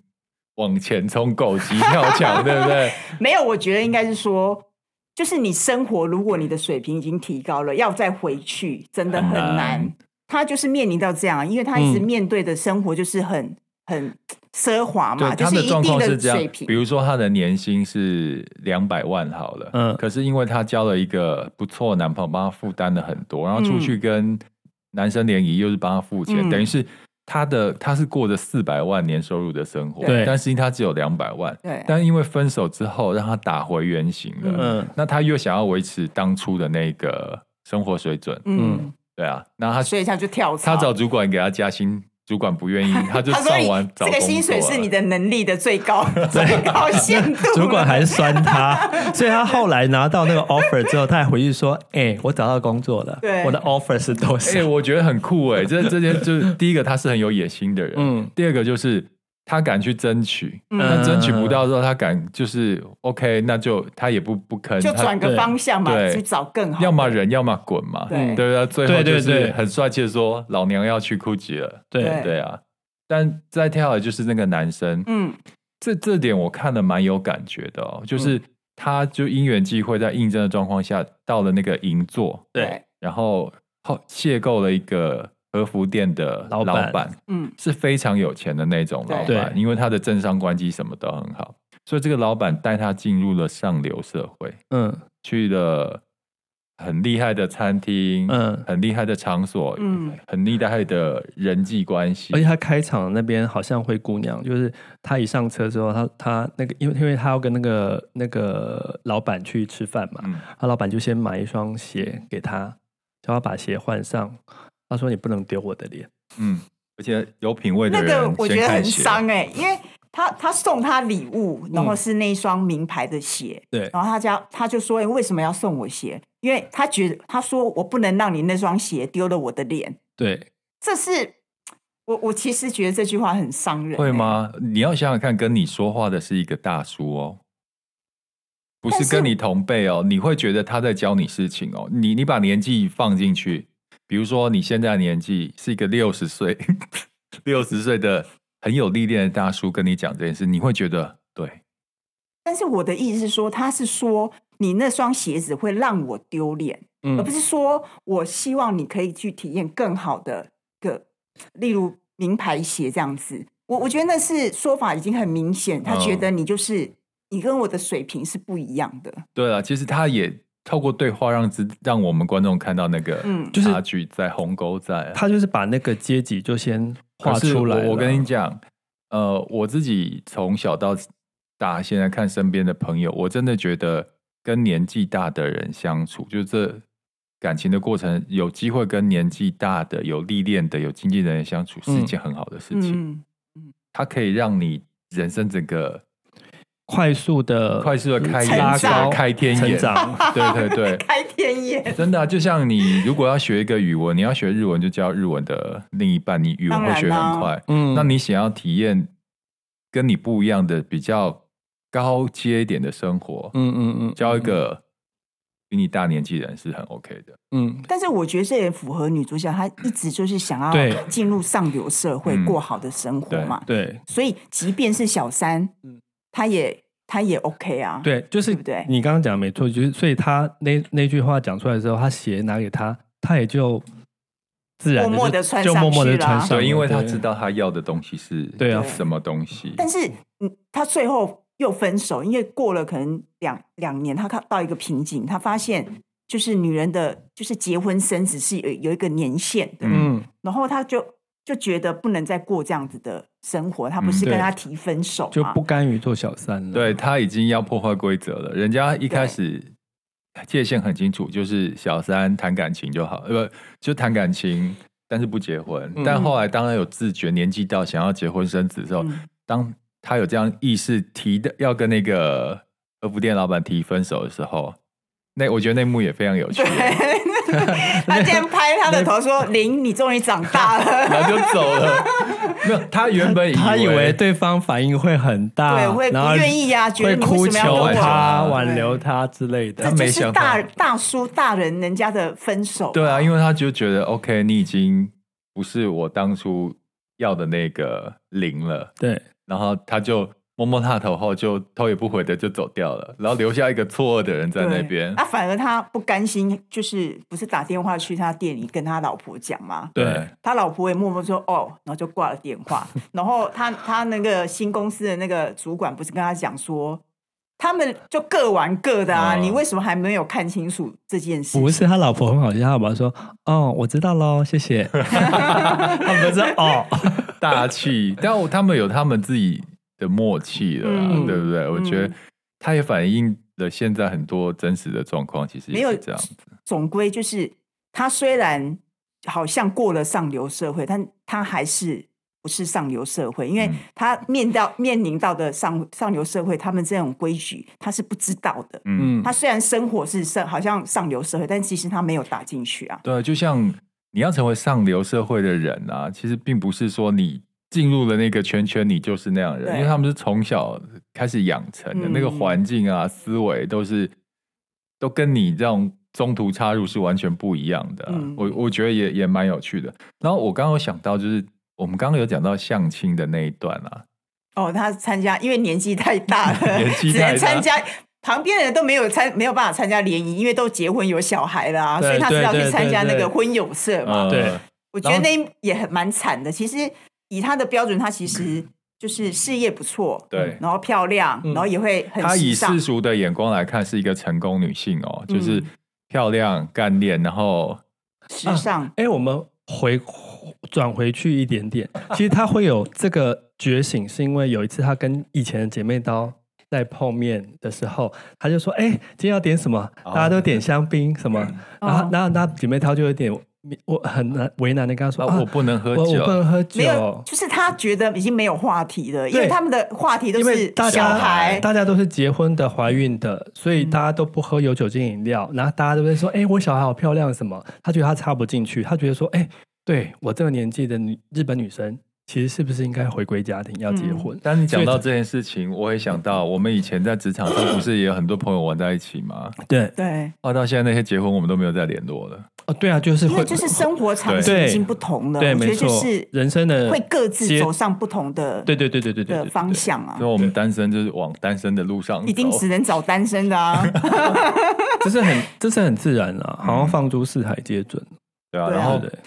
Speaker 1: 往前冲，狗 急跳墙，对不对？
Speaker 3: 没有，我觉得应该是说，就是你生活，如果你的水平已经提高了，要再回去真的很
Speaker 1: 很难
Speaker 3: 难。他就是面临到这样，因为他一直
Speaker 2: 嗯
Speaker 3: 面对的生活就是很、很奢华嘛，就
Speaker 1: 他
Speaker 3: 是
Speaker 1: 的
Speaker 3: 一
Speaker 1: 状
Speaker 3: 定
Speaker 1: 况是这
Speaker 3: 水
Speaker 1: 样，比
Speaker 3: 平。
Speaker 1: 如说他的年薪是两百万好了，
Speaker 2: 嗯
Speaker 1: 可是因为他交了一个不错的男朋友，帮他负担了很多，然后出去跟男生联谊又是帮他付钱，
Speaker 3: 嗯
Speaker 1: 等于是他的他是过着四百万年收入的生活，
Speaker 2: 对
Speaker 1: 但实际他只有两百万，
Speaker 3: 对
Speaker 1: 但因为分手之后让他打回原形了，
Speaker 2: 嗯
Speaker 1: 那他又想要维持当初的那个生活水准，
Speaker 3: 嗯，
Speaker 1: 对啊，那他
Speaker 3: 所以他就跳槽。
Speaker 1: 他找主管给他加薪，主管不 愿意，他就
Speaker 3: 他说
Speaker 1: 上
Speaker 3: 你
Speaker 1: 网找
Speaker 3: 这个薪水
Speaker 1: 工作
Speaker 3: 是
Speaker 1: 了
Speaker 3: 你的能力的最 高最高限度了，
Speaker 2: 主管还酸 他，所以他后来拿到那个 offer 之后，他还回去说：“哎、我找到工作了，
Speaker 3: 对
Speaker 2: 我的 offer 是多
Speaker 1: 哎、
Speaker 2: 少？”
Speaker 1: 我觉得很酷哎、这这些就是 第一个，他是很有野心的人，
Speaker 2: 嗯
Speaker 1: 第二个就是他敢去争取，
Speaker 3: 嗯
Speaker 1: 那争取不到之后，他敢就是 OK，那就他也不不吭，
Speaker 3: 就
Speaker 1: 他
Speaker 3: 转个
Speaker 2: 对
Speaker 3: 方向嘛，
Speaker 1: 对
Speaker 3: 去找更好的。
Speaker 1: 要么忍，要么滚嘛，对
Speaker 3: 对
Speaker 1: 不对？最后
Speaker 2: 对
Speaker 1: 就
Speaker 2: 对
Speaker 1: 是
Speaker 2: 对
Speaker 1: 很帅气的说，老娘要去 GUCCI 了，
Speaker 3: 对
Speaker 1: 对啊。但再跳的就是那个男生，
Speaker 3: 嗯
Speaker 1: 这这点我看了蛮有感觉的哦，
Speaker 2: 嗯
Speaker 1: 就是他就因缘际会在应征的状况下到了那个银座，
Speaker 3: 对
Speaker 1: 然后后邂逅了一个和服店的
Speaker 2: 老板
Speaker 1: 老板
Speaker 3: 嗯
Speaker 1: 是非常有钱的那种老
Speaker 3: 对
Speaker 1: 板，
Speaker 2: 对
Speaker 1: 因为他的政商关系什么都很好，所以这个老板带他进入了上流社会，
Speaker 2: 嗯
Speaker 1: 去了很厉害的餐厅，
Speaker 2: 嗯，
Speaker 1: 很厉害的场所，
Speaker 3: 嗯
Speaker 1: 很厉害的人际关系
Speaker 2: 而且，他开场那边好像灰姑娘，就是他一上车之后，他他那个因为因为他要跟那个那个老板去吃饭嘛，
Speaker 1: 嗯，
Speaker 2: 他老板就先买一双鞋给他，叫他把鞋换上。他说：“你不能丢我的脸。
Speaker 1: 嗯，而且有品味的
Speaker 3: 那
Speaker 1: 人，
Speaker 3: 个我觉得很伤
Speaker 1: 哎、
Speaker 3: 哎、因为他他送他礼物，然后是那一双名牌的鞋，
Speaker 2: 对
Speaker 3: 然后他家他就说、哎为什么要送我鞋？因为他觉得他说我不能让你那双鞋丢了我的脸，”
Speaker 2: 对，
Speaker 3: 这是我我其实觉得这句话很伤人、 欸
Speaker 1: 会？吗？你要想想看，跟你说话的是一个大叔哦，不
Speaker 3: 但
Speaker 1: 是
Speaker 3: 是
Speaker 1: 跟你同辈哦，你会觉得他在教你事情哦。你你把年纪放进去，比如说你现在的年纪是一个六十岁， 六十岁的很有历练的大叔跟你讲这件事，你会觉得对，
Speaker 3: 但是我的意思是说，他是说你那双鞋子会让我丢脸。而
Speaker 2: 嗯
Speaker 3: 哦不，是说我希望你可以去体验更好的个，例如名牌鞋这样子。我我觉得那是说法已经很明显，他觉
Speaker 1: 嗯
Speaker 3: 得你就是、你跟我的水平是不一样的。
Speaker 1: 对了，其实他也透过对话让知让我们观众看到那个
Speaker 3: 嗯
Speaker 2: 就是
Speaker 1: 差距在鸿沟在啊、
Speaker 2: 他就是把那个阶级就先
Speaker 1: 可
Speaker 2: 画
Speaker 1: 是
Speaker 2: 出来
Speaker 1: 我。我
Speaker 2: 了啊
Speaker 1: 跟你讲，呃，我自己从小到大，现在看身边的朋友，我真的觉得跟年纪大的人相处，就这感情的过程，有机会跟年纪大的、有历练的、有经济的人相处，是
Speaker 2: 嗯
Speaker 1: 一件很好的事情。
Speaker 3: 嗯，
Speaker 1: 它可以让你人生整个
Speaker 2: 快速的
Speaker 1: 快速的开眼
Speaker 2: 拉
Speaker 1: 界、
Speaker 3: 成长
Speaker 1: 开天
Speaker 2: 呃成
Speaker 1: 眼。
Speaker 2: 长，
Speaker 1: 对对对，
Speaker 3: 开天眼，
Speaker 1: 真的啊、就像你如果要学一个语文，你要学日文，就教日文的另一半，你语文
Speaker 3: 当
Speaker 1: 会
Speaker 3: 然
Speaker 1: 学很
Speaker 3: 啦
Speaker 1: 快。
Speaker 2: 嗯
Speaker 1: 那你想要体验跟你不一样的、比较高阶一点的生活，
Speaker 2: 嗯嗯嗯，
Speaker 1: 交一个比你大年纪的人是很 OK 的。
Speaker 2: 嗯，
Speaker 3: 但是我觉得这也符合女主角，她一直就是想
Speaker 2: 对
Speaker 3: 要进入上流社会，
Speaker 1: 嗯
Speaker 3: 过好的生活
Speaker 1: 对
Speaker 3: 嘛。
Speaker 2: 对
Speaker 3: 所以，即便是小三，
Speaker 2: 嗯
Speaker 3: 她也她也 OK 啊。，
Speaker 2: 对，就是
Speaker 3: 对不对
Speaker 2: 你刚刚讲的没错，就是所以他那那句话讲出来之后，他鞋拿给他，他也就自然
Speaker 3: 默默
Speaker 2: 的
Speaker 3: 地穿
Speaker 2: 就
Speaker 3: 上
Speaker 2: 默默的
Speaker 3: 去啦啊
Speaker 2: 穿上了，
Speaker 1: 对，因为他
Speaker 2: 对嗯
Speaker 1: 知道他要的东西是
Speaker 2: 对啊
Speaker 1: 什么东西。
Speaker 3: 但是，嗯，他最后又分手，因为过了可能两两年，他看到一个瓶颈，他发现就是女人的，就是结婚生子是有有一个年限的，
Speaker 1: 嗯
Speaker 2: 嗯，
Speaker 3: 然后他就就觉得不能再过这样子的生活，他不是
Speaker 2: 嗯
Speaker 3: 跟
Speaker 2: 对
Speaker 3: 他提分手
Speaker 2: 就
Speaker 3: 嘛？
Speaker 2: 不甘于做小三了。
Speaker 1: 对他已经要破坏规则了，人家一开始界限很清楚，就是小三谈感情就好，呃，不就谈感情，但是不结婚。
Speaker 2: 嗯
Speaker 1: 但后来当然有自觉，年纪到想要结婚生子之后，
Speaker 3: 嗯
Speaker 1: 当他有这样意识提的要跟那个和服店老板提分手的时候，那我觉得那幕也非常有趣
Speaker 3: 对，，他竟然拍他的头说：“林，你终于长 大了。
Speaker 1: 然后就走了。没有，他原本
Speaker 2: 他以为对方反应会很”大，
Speaker 3: 对，我也不
Speaker 2: 然后
Speaker 3: 愿意呀、觉得
Speaker 2: 会
Speaker 3: 你为
Speaker 2: 哭
Speaker 3: 什么要
Speaker 2: 求
Speaker 3: 跟我
Speaker 2: 他、
Speaker 1: 对
Speaker 2: 挽留他之类
Speaker 1: 他
Speaker 2: 的
Speaker 3: 这。
Speaker 1: 没
Speaker 3: 就是
Speaker 1: 想到
Speaker 3: 大大叔大人人家的分手。
Speaker 1: 对啊，因为他就觉得 OK，你已经不是我当初要的那个零了。
Speaker 2: 对，
Speaker 1: 然后他就摸摸他的头后，就头也不回的就走掉了，然后留下一个错愕的人在
Speaker 3: 对啊
Speaker 1: 那边
Speaker 3: 那、。反而他不甘心，就是不是打电话去他店里跟他老婆讲吗？
Speaker 2: 对，
Speaker 3: 他老婆也默默说哦，然后就挂 了电话。然后他他那个新公司的那个主管不是跟他讲说，他们就各玩各的啊，
Speaker 1: 嗯
Speaker 3: 你为什么还没有看清楚这件事？
Speaker 2: 哦不是他老婆很好笑，他老婆说：“哦，我知道喽，谢谢。” 他不是哦，
Speaker 1: 大气，但我他们有他们自己的默契了啦，
Speaker 3: 嗯
Speaker 1: 对不对？我觉得
Speaker 3: 嗯
Speaker 1: 它也反映了现在很多真实的状况，其实
Speaker 3: 没
Speaker 1: 也
Speaker 3: 有
Speaker 1: 是这样。
Speaker 3: 总归就是他虽然好像过了上流社会，但他还是不是上流社会，因为
Speaker 1: 嗯
Speaker 3: 他面到面临到的上上流社会，他们这种规矩他是不知道的。
Speaker 1: 嗯，
Speaker 3: 他虽然生活是上好像上流社会，但其实他没有打进去啊。
Speaker 1: 对，就像你要成为上流社会的人啊，其实并不是说你进入了那个圈圈，你就是那样的人，
Speaker 3: 对
Speaker 1: 因为他们是从小开始养成的，
Speaker 3: 嗯
Speaker 1: 那个环境啊、思维都是都跟你这样中途插入是完全不一样的啊、
Speaker 3: 嗯
Speaker 1: 我我觉得也也蛮有趣的。然后我刚刚有想到，就是我们刚刚有讲到相亲的那一段啊，
Speaker 3: 哦，他参加，因为年纪太大 了，
Speaker 1: 年纪
Speaker 3: 只
Speaker 1: 太大
Speaker 3: 能参加。旁边的人都没有参，没有办法参加联谊，因为都结婚有小孩了、啊，
Speaker 2: 对
Speaker 3: 所以他只好
Speaker 2: 对
Speaker 3: 去
Speaker 2: 对
Speaker 3: 参加那
Speaker 2: 对嗯
Speaker 3: 个婚友社嘛。
Speaker 1: 呃
Speaker 2: 对
Speaker 3: 我觉得那也很蛮惨的。其实以他的标准，他其实就是事业不错，
Speaker 1: 对
Speaker 3: 然后漂亮，
Speaker 2: 嗯
Speaker 3: 然后也会很
Speaker 1: 她以
Speaker 3: 时尚
Speaker 1: 世，俗的眼光来看，是一个成功女性哦，就是
Speaker 3: 嗯
Speaker 1: 漂亮、干练，然后
Speaker 3: 时尚。
Speaker 2: 哎，我们回转回去一点点，其实他会有这个觉醒，是因为有一次他跟以前的姐妹刀在碰面的时候，他就说：“哎，今天要点什么？
Speaker 1: 哦
Speaker 2: 大家都点香槟什么？”
Speaker 3: 哦
Speaker 2: 然后，然后，那姐妹刀就有点我很难为难的跟他说：“
Speaker 1: 啊，
Speaker 2: 啊
Speaker 1: 我不能喝
Speaker 2: 我我
Speaker 1: 酒
Speaker 2: 不，能喝
Speaker 3: 没有
Speaker 2: 酒，。”
Speaker 3: 就是他觉得已经没有话题了，因
Speaker 2: 哦对
Speaker 3: 为他们的话题都
Speaker 2: 因为
Speaker 3: 是
Speaker 2: 大
Speaker 3: 小
Speaker 2: 家
Speaker 3: 孩。
Speaker 2: 大家都是结婚的、怀孕的，所以大家都不喝有酒精饮料。然后大家都会说：“哎、我小孩好漂亮什么？”他觉得他插不进去，他觉得说：“哎、对我这个年纪的女日本女生，其实是不是应该回归家庭，要结婚？”
Speaker 1: 当你讲到这件事情，我也想到我们以前在职场上不是也有很多朋友玩在一起 吗？
Speaker 2: 对，
Speaker 3: 对，
Speaker 1: 啊，到现在那些结婚我们都没有再联络了。
Speaker 2: 哦，对啊，就是
Speaker 3: 因为
Speaker 2: 会，
Speaker 3: 就是生活场景
Speaker 2: 对
Speaker 3: 已经不同了，
Speaker 2: 对，
Speaker 3: 我觉
Speaker 2: 没
Speaker 3: 得就
Speaker 2: 错，
Speaker 3: 是
Speaker 2: 人生的
Speaker 3: 会各自
Speaker 2: 接
Speaker 3: 走上不同的
Speaker 2: 对对对对对对
Speaker 3: 的
Speaker 2: 对
Speaker 3: 方
Speaker 2: 对
Speaker 3: 向啊
Speaker 1: 所以，我们单身就是往单身的路上走，
Speaker 3: 一定只能找单身的啊。
Speaker 2: 这是很这是很自然啊，好像放诸四海皆准，
Speaker 1: 对啊。
Speaker 3: 对啊
Speaker 1: 然
Speaker 2: 对
Speaker 1: 后
Speaker 2: 不对？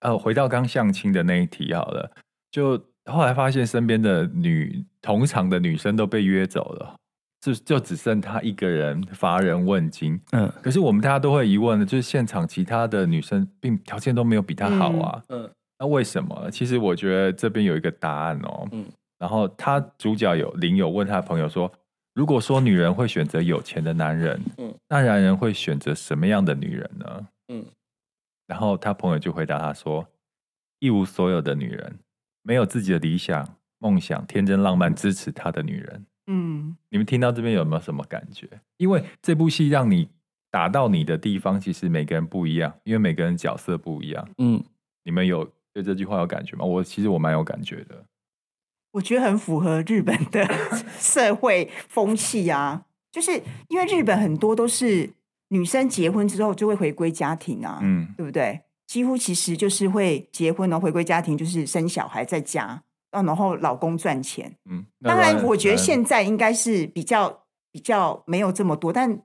Speaker 1: 呃，回到刚相亲的那一题好了，就后来发现身边的女同场的女生都被约走了，就就只剩她一个人乏人问津。
Speaker 2: 嗯
Speaker 1: 可是我们大家都会疑问的，就是现场其他的女生并条件都没有比她好啊，
Speaker 2: 嗯
Speaker 1: 那为什么呢？其实我觉得这边有一个答案哦。
Speaker 2: 嗯
Speaker 1: 然后他主角有林有问他的朋友说，如果说女人会选择有钱的男人，
Speaker 2: 嗯
Speaker 1: 那男人会选择什么样的女人呢？
Speaker 2: 嗯
Speaker 1: 然后他朋友就回答他说，一无所有的女人，没有自己的理想、梦想、天真浪漫支持她的女人。
Speaker 3: 嗯，
Speaker 1: 你们听到这边有没有什么感觉？因为这部戏让你打到你的地方，其实每个人不一样，因为每个人角色不一样。
Speaker 2: 嗯，
Speaker 1: 你们有对这句话有感觉吗？我其实我蛮有感觉的。
Speaker 3: 我觉得很符合日本的社会风气啊，就是因为日本很多都是女生结婚之后就会回归家庭啊，
Speaker 1: 嗯，
Speaker 3: 对不对？几乎其实就是会结婚，然后回归家庭，就是生小孩在家，啊然后老公赚钱。
Speaker 1: 嗯，那
Speaker 3: 当然，
Speaker 1: 阮
Speaker 3: 我觉得
Speaker 1: 阮
Speaker 3: 现在应该是比较比较没有这么多，但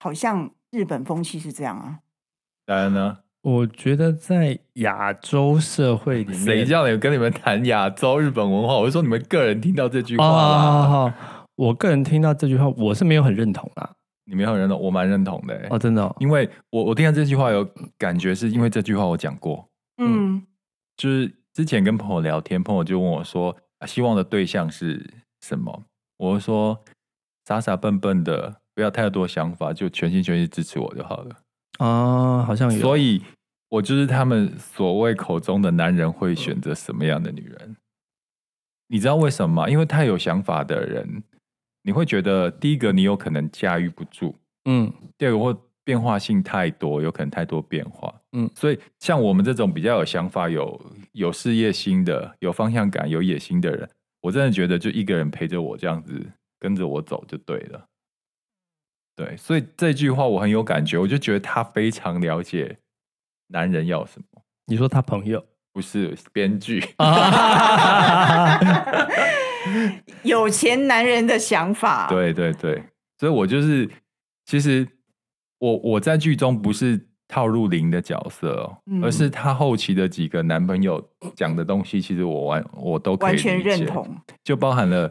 Speaker 3: 好像日本风气是这样啊。
Speaker 1: 当然呢，
Speaker 2: 我觉得在亚洲社会里面，
Speaker 1: 谁叫你跟你们谈亚洲日本文化？我是说你们个人听到这句话啦，
Speaker 2: 哦，我个人听到这句话，我是没有很认同啊。
Speaker 1: 你们很认同，我蛮认同的、欸
Speaker 2: 哦，真的、哦，
Speaker 1: 因为我我听到这句话有感觉，是因为这句话我讲过，
Speaker 3: 嗯
Speaker 1: 就是之前跟朋友聊天，朋友就问我说、啊希望的对象是什么？我就说傻傻笨笨的，不要太多想法，就全心全意支持我就好了。
Speaker 2: 哦，好像有，
Speaker 1: 所以，我就是他们所谓口中的男人会选择什么样的女人？你知道为什么吗？因为太有想法的人，你会觉得第一个你有可能驾驭不住，
Speaker 2: 嗯
Speaker 1: 第二个或变化性太多，有可能太多变化。
Speaker 2: 嗯
Speaker 1: 所以像我们这种比较有想法、有有事业心的、有方向感、有野心的人，我真的觉得就一个人陪着我这样子跟着我走就对了。对，所以这句话我很有感觉，我就觉得他非常了解男人要什么，
Speaker 2: 你说他朋友
Speaker 1: 不是编剧。
Speaker 2: 啊，
Speaker 3: 有钱男人的想法，，啊
Speaker 1: 对对对，所以我就是其实我我在剧中不是套入零的角色哦，
Speaker 3: 嗯
Speaker 1: 而是她后期的几个男朋友讲的东西，其实我完我都可以
Speaker 3: 完全
Speaker 1: 理解
Speaker 3: 认，同。
Speaker 1: 就包含了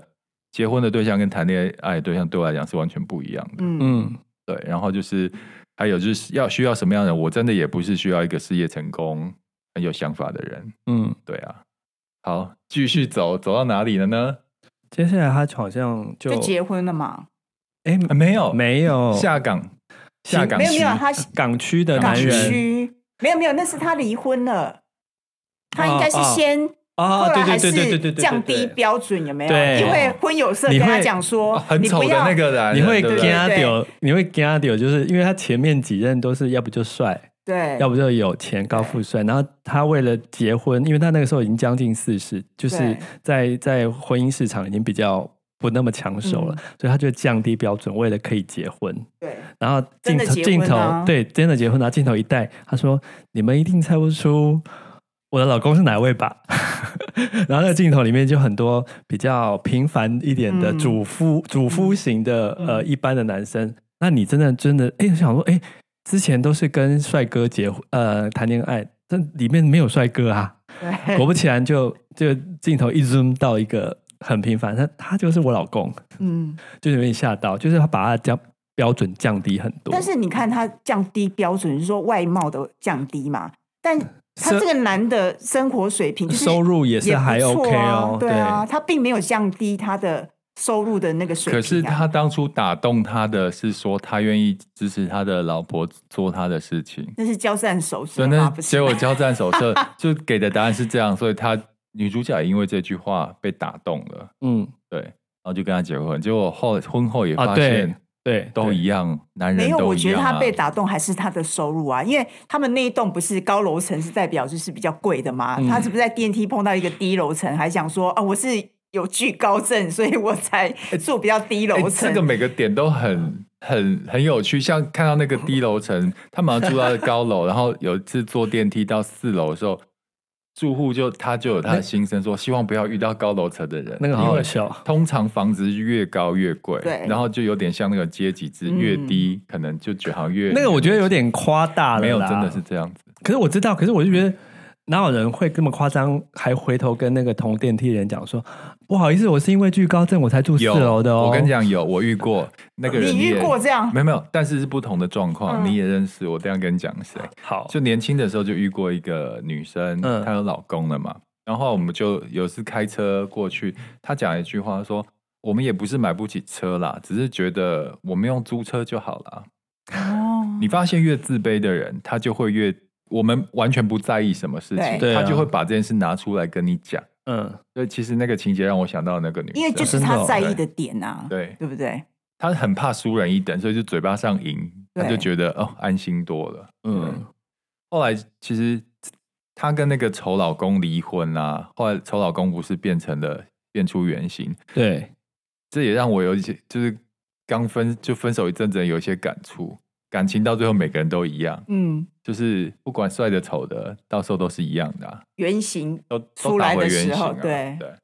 Speaker 1: 结婚的对象跟谈恋爱的对象对我来讲是完全不一样的。
Speaker 3: 嗯
Speaker 2: 嗯
Speaker 1: 对，然后就是还有就是要需要什么样的人，我真的也不是需要一个事业成功、很有想法的人。
Speaker 2: 嗯，
Speaker 1: 对啊，好，继续走，走到哪里了呢？
Speaker 2: 接下来他好像就
Speaker 3: 就结婚了嘛？
Speaker 2: 哎
Speaker 1: 啊没有，
Speaker 2: 没有
Speaker 1: 下岗，
Speaker 2: 新
Speaker 1: 下岗
Speaker 3: 没有没有，
Speaker 1: 区
Speaker 3: 他
Speaker 2: 港区的
Speaker 3: 港
Speaker 2: 男人
Speaker 3: 区没有没有，那是他离婚了。他应该是
Speaker 2: 哦哦
Speaker 3: 先，
Speaker 2: 啊，
Speaker 3: 后
Speaker 2: 对对
Speaker 3: 来还
Speaker 2: 对对对对
Speaker 3: 是
Speaker 2: 对，
Speaker 3: 降低
Speaker 2: 对。
Speaker 3: 标准，有没有？
Speaker 2: 对
Speaker 3: 因为婚友社
Speaker 2: 你
Speaker 3: 跟
Speaker 2: 会
Speaker 3: 他讲说
Speaker 1: 哦，很
Speaker 3: 你
Speaker 1: 丑
Speaker 3: 不
Speaker 1: 的
Speaker 3: 要
Speaker 1: 那个男人，
Speaker 2: 你会
Speaker 1: 对不
Speaker 2: 跟
Speaker 1: 对
Speaker 2: 他
Speaker 3: 对
Speaker 2: 丢，你会跟他丢，就是因为他前面几任都是要不就帅，
Speaker 3: 对
Speaker 2: 要不就有钱高富帅，然后他为了结婚，因为他那个时候已经将近四十，就是
Speaker 3: 对
Speaker 2: 在在婚姻市场已经比较不那么抢手了，
Speaker 3: 嗯
Speaker 2: 所以他就降低标准，为了可以结婚。
Speaker 3: 对
Speaker 2: 然后镜
Speaker 3: 真
Speaker 2: 头
Speaker 3: 的结
Speaker 2: 镜
Speaker 3: 婚啊
Speaker 2: 头对真的结婚，然后镜头一带，他说：“你们一定猜不出我的老公是哪位吧？” 然后那个镜头里面就很多比较平凡一点的
Speaker 3: 嗯
Speaker 2: 主夫、主夫型的
Speaker 3: 嗯
Speaker 2: 呃一般的男生。那你真的真的哎，我想说哎，之前都是跟帅哥结婚呃谈恋爱，但里面没有帅哥啊。
Speaker 3: 对，
Speaker 2: 果不其然就，就镜头一 zoom 到一个很平凡，他他就是我老公，
Speaker 3: 嗯。
Speaker 2: 就有点吓到，就是他把他降标准降低很多。
Speaker 3: 但是你看他降低标准，是说外貌的降低嘛？但他
Speaker 2: 是
Speaker 3: 这个男的生活水平就是
Speaker 2: 收入也是
Speaker 3: 也不
Speaker 2: 还
Speaker 3: 错
Speaker 2: OK
Speaker 3: 啊
Speaker 2: 哦，
Speaker 3: 对啊，他并没有降低他的收入的那个水平、啊
Speaker 1: 可是，他当初打动他的是说，他愿意支持他的老婆做他的事情，
Speaker 3: 那是交战手册
Speaker 1: 所以
Speaker 3: 嘛，
Speaker 1: 那
Speaker 3: 不
Speaker 1: 结
Speaker 3: 是？啊
Speaker 1: 果交战手 册就给的答案是这样，所以他女主角也因为这句话被打动了，
Speaker 2: 嗯
Speaker 1: 对，然后就跟他结婚，结果后婚后也
Speaker 2: 啊，
Speaker 1: 发现、
Speaker 2: 对对，
Speaker 1: 都
Speaker 2: 对
Speaker 1: 一样，男人
Speaker 3: 没有，
Speaker 1: 都
Speaker 3: 我
Speaker 1: 一
Speaker 3: 觉得
Speaker 1: 样啊
Speaker 3: 他被打动还是他的收入啊，因为他们那一栋不是高楼层，是代表就是比较贵的嘛。
Speaker 2: 嗯
Speaker 3: 他是不是在电梯碰到一个低楼层，还想说啊，我是有惧高症，所以我才住比较低
Speaker 1: 哎
Speaker 3: 楼层
Speaker 1: 这。个每个点都很很很有趣，像看到那个低楼层，他马上住到高楼，然后有一次坐电梯到四楼的时候，住户就他就有他的心声说，希望不要遇到高楼层的人，
Speaker 2: 那个好
Speaker 1: 因
Speaker 2: 好
Speaker 1: 为
Speaker 2: 笑，
Speaker 1: 通常房子越高越贵，
Speaker 3: 对
Speaker 1: 然后就有点像那个阶级制，
Speaker 3: 嗯
Speaker 1: 越低可能就觉得好像越
Speaker 2: 那个我觉得有点夸大了，
Speaker 1: 没有真的是。这样子，
Speaker 2: 可是我知道，可是我就觉得。哪有人会这么夸张？还回头跟那个同电梯的人讲说：“不好意思，我是因为惧高症我才住四
Speaker 1: 有
Speaker 2: 楼的哦。”
Speaker 1: 我跟你，讲有，我遇过那个人
Speaker 3: 你遇
Speaker 1: 也
Speaker 3: 过这样？
Speaker 1: 没有没有，但是是不同的状况，
Speaker 3: 嗯
Speaker 1: 你也认识，我等一下跟你讲谁。
Speaker 2: 好，
Speaker 1: 就年轻的时候就遇过一个女生，
Speaker 2: 嗯
Speaker 1: 她有老公了嘛，然后我们就有次开车过去，她讲一句话说。我们也不是买不起车啦，只是觉得我们用租车就好啦。
Speaker 3: 哦，
Speaker 1: 你发现越自卑的人，他就会越我们完全不在意什么事情，
Speaker 3: 对
Speaker 2: 对啊
Speaker 1: 他就会把这件事拿出来跟你讲。
Speaker 2: 嗯，
Speaker 1: 所以其实那个情节让我想到那个女生，
Speaker 3: 因为就是
Speaker 2: 真的
Speaker 3: 他
Speaker 2: 哦
Speaker 3: 在意的点啊，
Speaker 1: 对
Speaker 3: 对不对？
Speaker 1: 她很怕输人一等，所以就嘴巴上赢，她
Speaker 3: 对
Speaker 1: 就觉得哦安心多了。
Speaker 2: 嗯，
Speaker 1: 后来其实她跟那个丑老公离婚啦、后来丑老公不是变成了变出原形，
Speaker 2: 对，
Speaker 1: 这也让我有一些就是刚分就分手一阵子，有一些感触。感情到最后每个人都一样，
Speaker 3: 嗯，
Speaker 1: 就是不管帅的丑的，到时候都是一样的啊、
Speaker 3: 原型
Speaker 1: 都都
Speaker 3: 出来
Speaker 1: 打回
Speaker 3: 的时
Speaker 1: 原
Speaker 3: 候
Speaker 1: 形啊
Speaker 3: 对
Speaker 1: 对。哎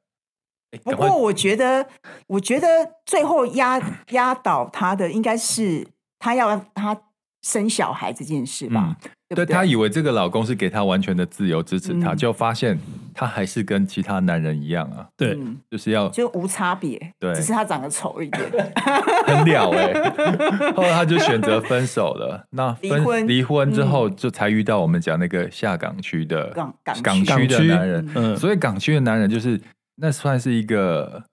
Speaker 3: 不
Speaker 1: 赶快
Speaker 3: 过我觉得，我觉得最后压压倒他的应该是他要他生小孩这件事吧，对
Speaker 1: 对
Speaker 3: 不
Speaker 1: 她以为这个老公是给她完全的自由支持她，
Speaker 3: 嗯
Speaker 1: 就发现她还是跟其他男人一样啊，
Speaker 2: 对，
Speaker 3: 嗯，
Speaker 1: 就是要
Speaker 3: 就无差别，
Speaker 1: 对
Speaker 3: 只是他长得丑一点，
Speaker 1: 很了 哎、后来她就选择分手了。那分
Speaker 3: 离婚嗯
Speaker 1: 离婚之后，就才遇到我们讲那个下港区的
Speaker 3: 港港
Speaker 1: 区
Speaker 3: 区
Speaker 1: 的
Speaker 2: 港区
Speaker 1: 男人，
Speaker 2: 嗯，
Speaker 1: 所以港区的男人就是那算是一个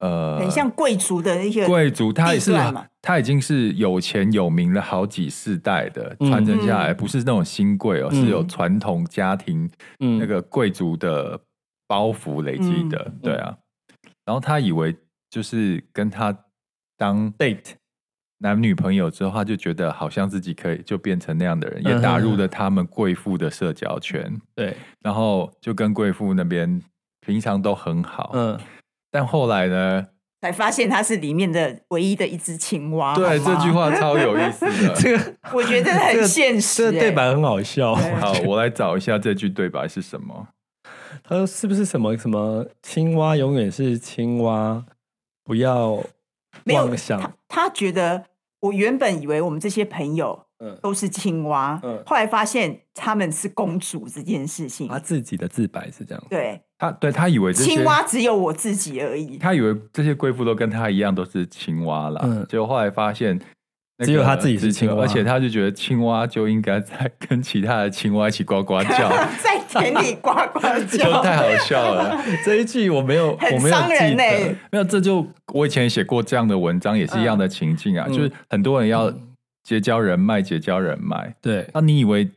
Speaker 1: 呃，
Speaker 3: 很像贵族的一个
Speaker 1: 贵族，他也是
Speaker 3: 地段嘛，
Speaker 1: 他已经是有钱有名了好几世代的
Speaker 2: 嗯
Speaker 1: 传承下来，不是那种新贵哦，
Speaker 2: 嗯
Speaker 1: 是有传统家庭
Speaker 2: 嗯
Speaker 1: 那个贵族的包袱累积的，对啊。
Speaker 2: 嗯
Speaker 1: 然后他以为就是跟他当
Speaker 2: date
Speaker 1: 男女朋友之后，他就觉得好像自己可以就变成那样的人，
Speaker 2: 嗯
Speaker 1: 也
Speaker 2: 哼
Speaker 1: 打入了他们贵妇的社交圈，
Speaker 2: 对，
Speaker 1: 然后就跟贵妇那边平常都很好，
Speaker 2: 嗯，
Speaker 1: 但后来呢？
Speaker 3: 才发现他是里面的唯一的一只青蛙。
Speaker 1: 对
Speaker 3: 好吗
Speaker 1: 这句，话超有意思的，
Speaker 2: 啊 这个
Speaker 3: 我觉得很现实、
Speaker 2: 这
Speaker 3: 欸。
Speaker 2: 个对白很好笑。
Speaker 3: 对
Speaker 1: 好，我来找一下这句对白是什么。
Speaker 2: 他说是不是什么什么青蛙永远是青蛙，不要
Speaker 3: 没有
Speaker 2: 妄想
Speaker 3: 他，他觉得我原本以为我们这些朋友
Speaker 2: 嗯，
Speaker 3: 都是青蛙，
Speaker 2: 嗯啊
Speaker 3: 后来发现他们是公主这件事情。
Speaker 2: 他自己的自白是这样。
Speaker 3: 对，
Speaker 1: 他对他以为这些
Speaker 3: 青蛙只有我自己而已。
Speaker 1: 他以为这些贵妇都跟他一样都是青蛙啦，
Speaker 2: 嗯
Speaker 1: 结果后来发现、那个
Speaker 2: 只有他自己是青蛙
Speaker 1: 而且他就觉得青蛙就应该在跟其他的青蛙一起呱呱叫，
Speaker 3: 在田里呱呱
Speaker 1: 就
Speaker 3: 叫，
Speaker 1: 太好笑了。 这一句我没有，
Speaker 3: 很
Speaker 1: 我没有
Speaker 3: 伤人
Speaker 1: 记得。
Speaker 3: 欸
Speaker 1: 没有，这就我以前写过这样的文章，也是一样的情境啊，
Speaker 2: 嗯
Speaker 1: 就是很多人要结交人脉，结交人脉。
Speaker 2: 对，
Speaker 1: 那你以为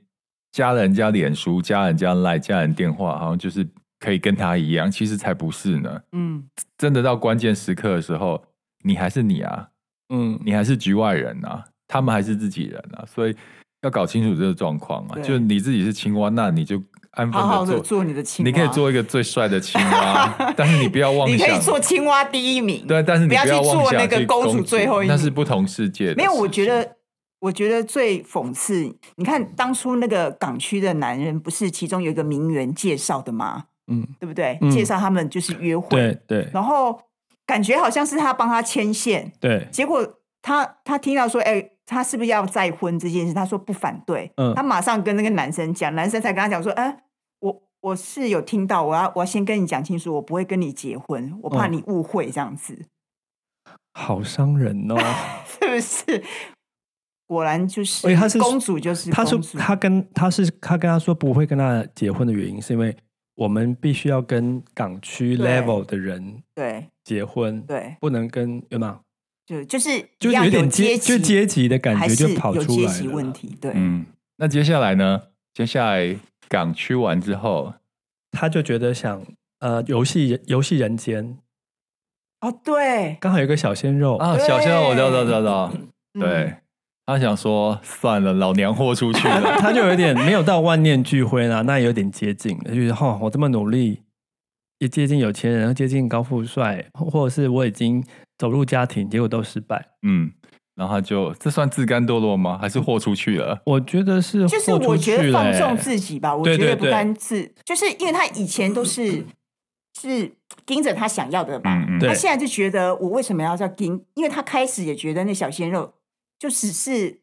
Speaker 1: 加人家脸书、加人家赖、加人电话，好像就是可以跟他一样？其实才不是呢。
Speaker 3: 嗯，
Speaker 1: 真的到关键时刻的时候，你还是你啊，
Speaker 2: 嗯，
Speaker 1: 你还是局外人啊，他们还是自己人啊，所以要搞清楚这个状况啊。
Speaker 3: 对
Speaker 1: 就你自己是青蛙，那你就安分
Speaker 3: 好好
Speaker 1: 的
Speaker 3: 的做你的青蛙，
Speaker 1: 你可以，做一个最帅的青 蛙，但是你不要妄
Speaker 3: 你
Speaker 1: 想，
Speaker 3: 可以做青蛙第一名。
Speaker 1: 对，但是你
Speaker 3: 不要
Speaker 1: 要
Speaker 3: 去
Speaker 1: 妄
Speaker 3: 做
Speaker 1: 想
Speaker 3: 那个
Speaker 1: 去
Speaker 3: 公主
Speaker 1: 攻
Speaker 3: 最后一
Speaker 1: 那是
Speaker 3: 名
Speaker 1: 不同世界的。
Speaker 3: 没有，我觉。得，我觉得最讽刺，你看当初那个港区的男人，不是其中有一个名媛介绍的吗？
Speaker 2: 嗯，
Speaker 3: 对不对？
Speaker 2: 嗯
Speaker 3: 介绍他们就是约会，
Speaker 2: 对对
Speaker 3: 然后感觉好像是他帮他牵线，
Speaker 2: 对，
Speaker 3: 结果他他听到说，哎、他是不是要再婚这件事？他说不反对，
Speaker 2: 嗯
Speaker 3: 他马上跟那个男生讲，男生才跟他讲说，哎、我我是有听到，我要我要先跟你讲清楚，我不会跟你结婚，我怕
Speaker 2: 嗯
Speaker 3: 你误会这样子。
Speaker 2: 好伤人哦。
Speaker 3: 是不是？果然就是，
Speaker 2: 而且她是
Speaker 3: 公主，就是
Speaker 2: 他说
Speaker 3: 公主
Speaker 2: 他跟他是他跟他说不会跟他结婚的原因，是因为我们必须要跟港区
Speaker 3: 对
Speaker 2: level 的人
Speaker 3: 对
Speaker 2: 结婚，
Speaker 3: 对，
Speaker 2: 不能跟有吗？
Speaker 3: 就就是
Speaker 2: 就
Speaker 3: 一样
Speaker 2: 有点
Speaker 3: 阶
Speaker 2: 阶就阶级的感
Speaker 3: 还
Speaker 2: 觉
Speaker 3: 是
Speaker 2: 就跑
Speaker 3: 有
Speaker 2: 出
Speaker 3: 阶
Speaker 2: 来
Speaker 3: 级
Speaker 2: 了
Speaker 3: 问
Speaker 2: 啦
Speaker 3: 题，对，
Speaker 1: 嗯，那接下来呢？接下来港区完之后，
Speaker 2: 他就觉得想呃游戏游戏人间
Speaker 3: 哦对，
Speaker 2: 刚好有个小鲜肉，
Speaker 1: 啊，
Speaker 3: 对
Speaker 1: 小鲜肉，我知道，知道，知道知道，
Speaker 3: 嗯
Speaker 1: 对。他想说，算了，老娘豁出去 了。
Speaker 2: 他就有点没有到万念俱灰啦，那有点接近了，就是哈、哦，我这么努力，也接近有钱人，接近高富帅，或者是我已经走入家庭，结果都失败。
Speaker 1: 嗯，然后他就这算自甘堕落吗？还是豁出去了？
Speaker 2: 我觉得是
Speaker 3: 就是
Speaker 2: 豁出
Speaker 3: 我觉
Speaker 2: 去
Speaker 3: 得
Speaker 2: 了
Speaker 3: 放
Speaker 2: 欸
Speaker 3: 纵自己吧，我
Speaker 2: 对
Speaker 3: 觉得
Speaker 2: 对
Speaker 3: 不
Speaker 2: 对
Speaker 3: 甘自，就是因为他以前都是是盯着他想要的吧，
Speaker 1: 嗯嗯，
Speaker 2: 对
Speaker 3: 他现在就觉得我为什么要叫盯？因为他开始也觉得那小鲜肉就只是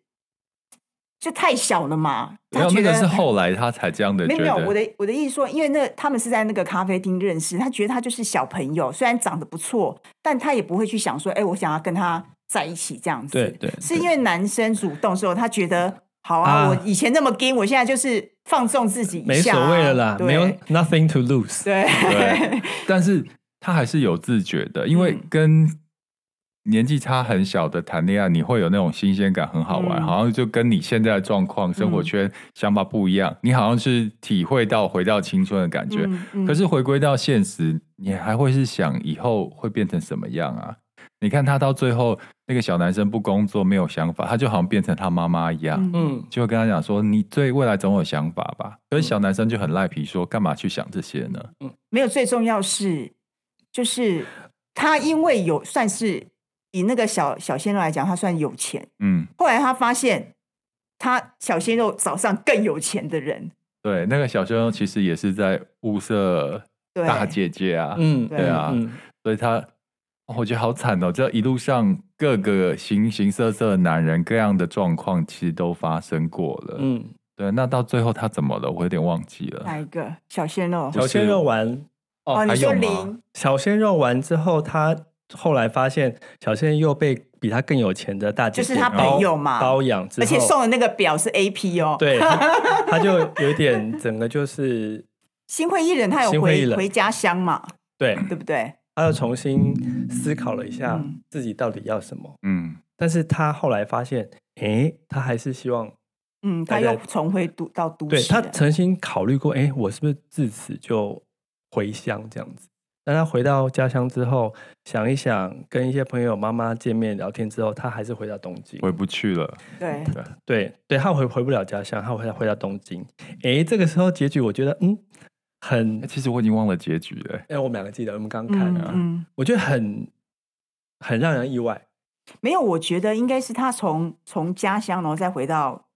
Speaker 3: 就太小了嘛，
Speaker 1: 没
Speaker 3: 他
Speaker 1: 有
Speaker 3: 觉
Speaker 1: 那个
Speaker 3: 得
Speaker 1: 是后来他才这样的
Speaker 3: 没
Speaker 1: 觉
Speaker 3: 有没有，我
Speaker 1: 得。
Speaker 3: 的我的意思说，因为那他们是在那个咖啡厅认识，他觉得他就是小朋友，虽然长得不错，但他也不会去想说，哎、我想要跟他在一起这样子。
Speaker 2: 对对对
Speaker 3: 是因为男生主动之后，他觉得好啊，
Speaker 2: 啊
Speaker 3: 我以前那么跟，我现在就是放纵自己一
Speaker 2: 没
Speaker 3: 下啊、
Speaker 2: 所谓了啦，
Speaker 3: 对
Speaker 2: 没有 nothing to lose。
Speaker 3: 对
Speaker 1: 对， 但是他还是有自觉的，因为
Speaker 3: 嗯
Speaker 1: 跟年纪差很小的谈恋爱，你会有那种新鲜感，很好玩，
Speaker 3: 嗯
Speaker 1: 好像就跟你现在的状况、生活圈、想法不一样，你好像是体会到回到青春的感觉。
Speaker 3: 嗯嗯
Speaker 1: 可是回归到现实，你还会是想以后会变成什么样啊？你看他到最后，那个小男生不工作，没有想法，他就好像变成他妈妈一样。
Speaker 3: 嗯
Speaker 2: 嗯，
Speaker 1: 就会跟他讲说，你对未来总有想法吧。可
Speaker 3: 嗯
Speaker 1: 是小男生就很赖皮说，干嘛去想这些呢？
Speaker 3: 没有，最重要是，就是他因为有算是以那个小小鲜肉来讲，他算有钱。
Speaker 1: 嗯，
Speaker 3: 后来他发现，他小鲜肉找上更有钱的人，
Speaker 1: 对，那个小鲜肉其实也是在物色
Speaker 3: 对，
Speaker 1: 大姐姐啊，
Speaker 2: 嗯，
Speaker 3: 对
Speaker 1: 对啊，
Speaker 2: 嗯
Speaker 1: 所以他、哦我觉得好惨哦，这一路上各个形形色色的男人，各样的状况其实都发生过了。嗯，
Speaker 2: 嗯，
Speaker 1: 对，那到最后他怎么了？我有点忘记了。
Speaker 3: 哪一个小鲜肉？
Speaker 1: 就
Speaker 2: 小
Speaker 1: 是
Speaker 2: 鲜肉完，
Speaker 3: 哎哦，
Speaker 1: 还
Speaker 3: 你
Speaker 1: 有
Speaker 3: 说
Speaker 1: 吗
Speaker 3: 零，
Speaker 2: 小鲜肉完之后，他后来发现小鲜肉又被比他更有钱的大姐姐
Speaker 3: 就是他朋友嘛
Speaker 2: 包包养之后，
Speaker 3: 而且送的那个表是 A P 哦。，
Speaker 2: 对，他他就有点整个就是
Speaker 3: 心灰意冷，他有
Speaker 2: 心灰意
Speaker 3: 回
Speaker 2: 冷
Speaker 3: 回家乡嘛，
Speaker 2: 对，
Speaker 3: 对不对？
Speaker 2: 他又重新思考了一下
Speaker 3: 嗯
Speaker 2: 自己到底要什么，
Speaker 1: 嗯，
Speaker 2: 但是他后来发现，诶，他还是希望
Speaker 3: 嗯，他
Speaker 2: 对对
Speaker 3: 又重回都到都
Speaker 2: 对
Speaker 3: 市了。
Speaker 2: 他曾经考虑过，哎，我是不是自此就回乡这样子？但他回到家乡之后，想一想，跟一些朋友、妈妈见面聊天之后，他还是回到东京。
Speaker 1: 回不去了。哎
Speaker 3: 对，
Speaker 2: 对对，他回回不了家乡，他回到回到东京。哎，这个时候结局，我觉得嗯，很
Speaker 1: 哎，其实我已经忘了结局了。
Speaker 2: 哎，我们两个记得，我们刚刚看啊了、
Speaker 3: 嗯嗯，
Speaker 2: 我觉得很很让人意外。
Speaker 3: 没有，我觉得应该是他从从家乡，然后再回到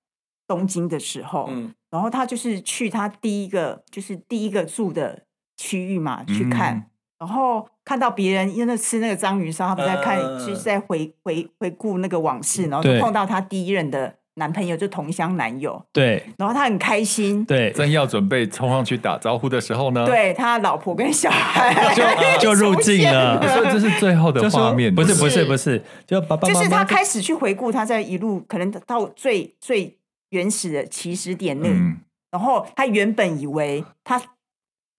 Speaker 3: 东京的时候，
Speaker 2: 嗯
Speaker 3: 然后他就是去他第一个就是第一个住的区域嘛，去看，
Speaker 1: 嗯
Speaker 3: 然后看到别人因为吃那个章鱼烧，他不是在看，
Speaker 2: 嗯
Speaker 3: 就是在回回回顾那个往事，然后就
Speaker 2: 对
Speaker 3: 碰到他第一任的男朋友，就同乡男友，
Speaker 2: 对
Speaker 3: 然后他很开心，
Speaker 2: 对，啊
Speaker 1: 正要准备冲上去打招呼的时候呢，，
Speaker 3: 对他老婆跟小孩
Speaker 2: 就入
Speaker 3: 出
Speaker 2: 境
Speaker 3: 现
Speaker 2: 了
Speaker 1: 所以这是最后的
Speaker 2: 就
Speaker 1: 画
Speaker 2: 说
Speaker 1: 面，
Speaker 2: 不是不
Speaker 1: 对
Speaker 2: 是不是，就爸爸
Speaker 3: 就
Speaker 2: 妈
Speaker 3: 是
Speaker 2: 妈
Speaker 3: 他开始去回顾他在一路可能到最最原始的起始点内，
Speaker 1: 嗯，
Speaker 3: 然后他原本以为他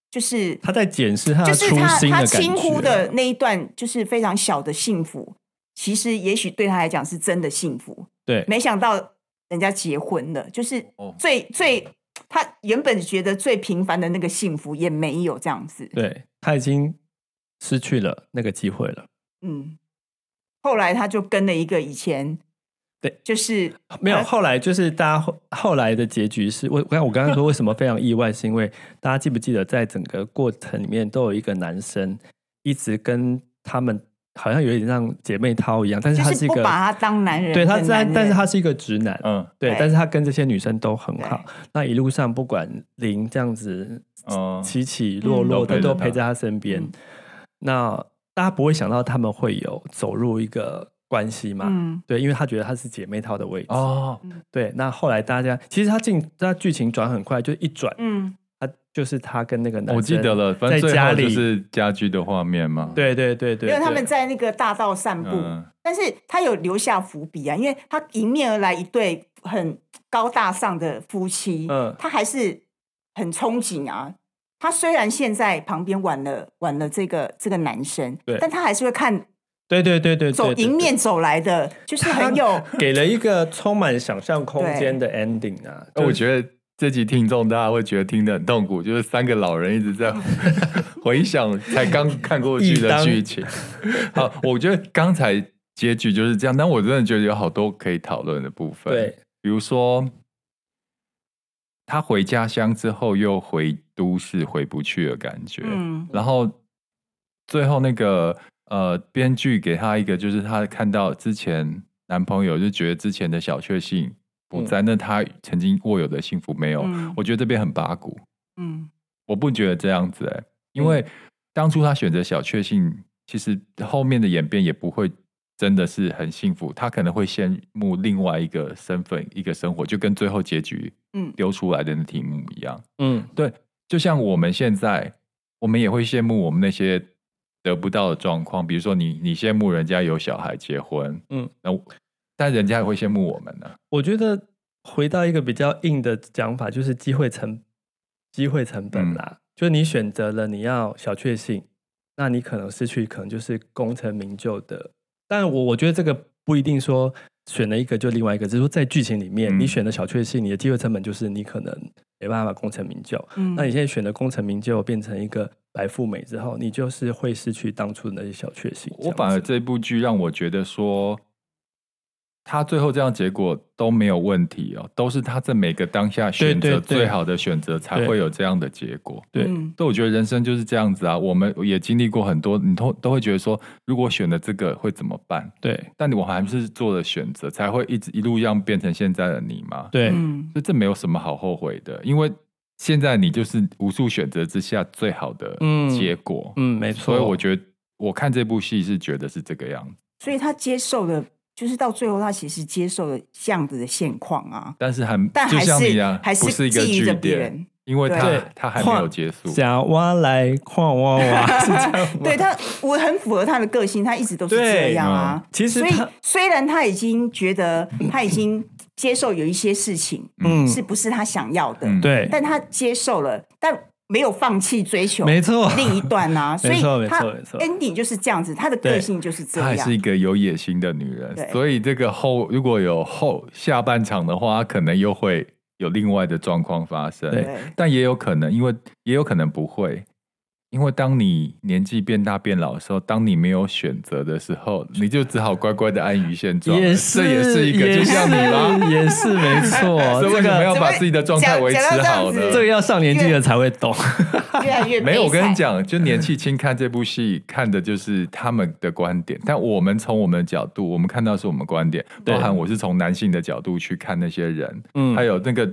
Speaker 3: 就是
Speaker 2: 他在检视他
Speaker 3: 就
Speaker 2: 的
Speaker 3: 是
Speaker 2: 初
Speaker 3: 他
Speaker 2: 心
Speaker 3: 他
Speaker 2: 的感
Speaker 3: 轻忽
Speaker 2: 觉，
Speaker 3: 的那一段就是非常小的幸福，其实也许对他来讲是真的幸福，
Speaker 2: 对
Speaker 3: 没想到人家结婚了，就是
Speaker 1: 哦
Speaker 3: 最最他原本觉得最平凡的那个幸福也没有这样子，
Speaker 2: 对，他已经失去了那个机会了。
Speaker 3: 嗯，后来他就跟了一个以前
Speaker 2: 对
Speaker 3: 就是
Speaker 2: 没有，
Speaker 3: 呃
Speaker 2: 后来就是大家后后来的结局是我，我刚我刚刚说为什么非常意外，是因为大家记不记得，在整个过程里面都有一个男生一直跟他们好像有点像姐妹掏一样，但是他
Speaker 3: 就是是
Speaker 2: 一
Speaker 3: 不
Speaker 2: 个
Speaker 3: 把他当男人的
Speaker 2: 对
Speaker 3: 男
Speaker 2: 他
Speaker 3: 人，
Speaker 2: 在，但是他是一个直男，
Speaker 1: 嗯
Speaker 2: 对
Speaker 3: 对，
Speaker 2: 但是他跟这些女生都很好。那一路上不管零这样子
Speaker 1: 嗯，
Speaker 2: 起起落落，
Speaker 1: 嗯
Speaker 2: 他
Speaker 1: 都陪着
Speaker 2: 都
Speaker 1: 他
Speaker 2: 陪在他身边。
Speaker 3: 嗯
Speaker 2: 那大家不会想到他们会有走入一个关系嘛？
Speaker 3: 嗯
Speaker 2: 对，因为他觉得他是姐妹套的位置。
Speaker 1: 哦，
Speaker 2: 对，那后来大家其实他进他剧情转很快，就一转，
Speaker 3: 嗯
Speaker 2: 他就是他跟那个男生，
Speaker 1: 我记得了，反正
Speaker 2: 在
Speaker 1: 最
Speaker 2: 家
Speaker 1: 后就
Speaker 2: 里，
Speaker 1: 是家居的画面嘛，，
Speaker 2: 对对对对，
Speaker 3: 因为他们
Speaker 2: 对
Speaker 3: 在那个大道散步，
Speaker 1: 嗯，
Speaker 3: 但是他有留下伏笔啊，因为他迎面而来一对很高大上的夫妻，
Speaker 2: 嗯
Speaker 3: 他还是很憧憬啊。他虽然现在旁边挽了挽了这个这个男生
Speaker 2: 对，
Speaker 3: 但他还是会看
Speaker 2: 对对对对对
Speaker 3: 走
Speaker 2: 对
Speaker 3: 迎面走来的，就是很有
Speaker 2: 给了一个充满想象空间的 ending 啊。
Speaker 1: 哦那我
Speaker 2: 得
Speaker 1: 觉得这集听众大家会觉得听得很痛苦，就是三个老人一直在回想才刚看过去的剧情。好，我觉得刚才结局就是这样，但我真的觉得有好多可以讨论的部分。
Speaker 2: 对，
Speaker 1: 比如说他回家乡之后又回都市回不去的感觉，
Speaker 3: 嗯
Speaker 1: 然后最后那个呃，编剧给她一个，就是她看到之前男朋友就觉得之前的小确幸不在，那她曾经握有的幸福没有。
Speaker 3: 嗯
Speaker 1: 我觉得这边很八股，
Speaker 3: 嗯
Speaker 1: 我不觉得这样子哎、因为当初她选择小确幸，其实后面的演变也不会。真的是很幸福，她可能会羡慕另外一个身份、一个生活，就跟最后结局
Speaker 3: 嗯
Speaker 1: 丢出来的那题目一样。
Speaker 2: 嗯，
Speaker 1: 对，就像我们现在，我们也会羡慕我们那些得不到的状况，比如说你你羡慕人家有小孩结婚，嗯
Speaker 2: 嗯，
Speaker 1: 那我但人家也会羡慕我们呢、
Speaker 2: 我觉得回到一个比较硬的讲法，就是机会成机会成
Speaker 1: 嗯
Speaker 2: 本啦，就是你选择了你要小确幸，那你可能失去可能就是功成名就的。但我我觉得这个不一定说选了一个就另外一个，只是说在剧情里面，
Speaker 1: 嗯
Speaker 2: 你选的小确幸，你的机会成本就是你可能没办法功成名就。
Speaker 3: 嗯，
Speaker 2: 那你现在选的功成名就变成一个白富美之后，你就是会失去当初的那些小确幸。
Speaker 1: 我反而
Speaker 2: 这样子
Speaker 1: 这部剧让我觉得说，他最后这样结果都没有问题哦，都是他在每个当下选
Speaker 2: 对
Speaker 1: 择
Speaker 2: 对对
Speaker 1: 最好的选择才
Speaker 2: 对
Speaker 1: 会有这样的结果。
Speaker 2: 对
Speaker 3: 嗯
Speaker 1: 对，我觉得人生就是这样子啊，我们也经历过很多，你都都会觉得说，如果选了这个会怎么办？
Speaker 2: 对
Speaker 1: 但我还是做了选择，才会一直一路这样变成现在的你嘛。，
Speaker 2: 对、
Speaker 3: 嗯
Speaker 1: 所以这没有什么好后悔的，因为现在你就是无数选择之下最好的
Speaker 2: 嗯
Speaker 1: 结果。
Speaker 2: 嗯，没错。
Speaker 1: 所以我觉得我看这部戏是觉得是这个样子，
Speaker 3: 所以他接受了，就是到最后他其实接受了这样子的现况啊，
Speaker 1: 但是还
Speaker 3: 但
Speaker 1: 就
Speaker 3: 还
Speaker 1: 像你一
Speaker 3: 是
Speaker 1: 样，
Speaker 3: 还
Speaker 1: 不是一个
Speaker 3: 觊觎着
Speaker 1: 据
Speaker 3: 别
Speaker 1: 点，
Speaker 3: 人。
Speaker 1: 因为它
Speaker 2: 对
Speaker 1: 它还没有结束。
Speaker 2: 假蛙来矿蛙蛙是这样吗？
Speaker 3: 对他，我很符合他的个性，他一直都是这样
Speaker 1: 哦
Speaker 3: 啊。
Speaker 2: 其实
Speaker 3: 所以
Speaker 2: 他
Speaker 3: 虽然他已经觉得他已经接受有一些事情
Speaker 2: 嗯
Speaker 3: 是不是他想要的，
Speaker 1: 嗯
Speaker 2: 对，
Speaker 3: 但他接受了，但没有放弃追求
Speaker 2: 没错，
Speaker 3: 另一段啊。所以
Speaker 2: 没错没
Speaker 3: 他
Speaker 2: 错没错
Speaker 3: ending 就是这样子，他的个
Speaker 2: 对
Speaker 3: 性就是这
Speaker 1: 她还是
Speaker 3: 样。
Speaker 1: 一个有野心的女人
Speaker 3: 对，
Speaker 1: 所以这个后如果有后下半场的话，她可能又会有另外的状况发生。
Speaker 2: 对
Speaker 3: 对，
Speaker 1: 但也有可能，因为也有可能不会，因为当你年纪变大变老的时候，当你没有选择的时候， 你就只好乖乖的安于现状了。
Speaker 2: 也是
Speaker 1: 这也是一个，
Speaker 2: 也
Speaker 1: 就像你啦。。
Speaker 2: 是也是没错
Speaker 1: 所以为
Speaker 2: 这
Speaker 1: 什么要
Speaker 2: 个
Speaker 1: 把自己的状态维持好
Speaker 3: 讲讲到哦这
Speaker 1: 呢
Speaker 3: 样
Speaker 2: 这？个要上年纪的才会懂。
Speaker 3: 越来越
Speaker 1: 没有，我
Speaker 3: 悲
Speaker 1: 跟
Speaker 3: 惨
Speaker 1: 你，讲，就年
Speaker 3: 嗯
Speaker 1: 纪轻看这部戏，看的就是他们的观点，但我们从我们的角度，我们看到的是我们观点，
Speaker 2: 对
Speaker 1: 包含我是从男性的角度去看那些人，
Speaker 2: 嗯
Speaker 1: 还有那个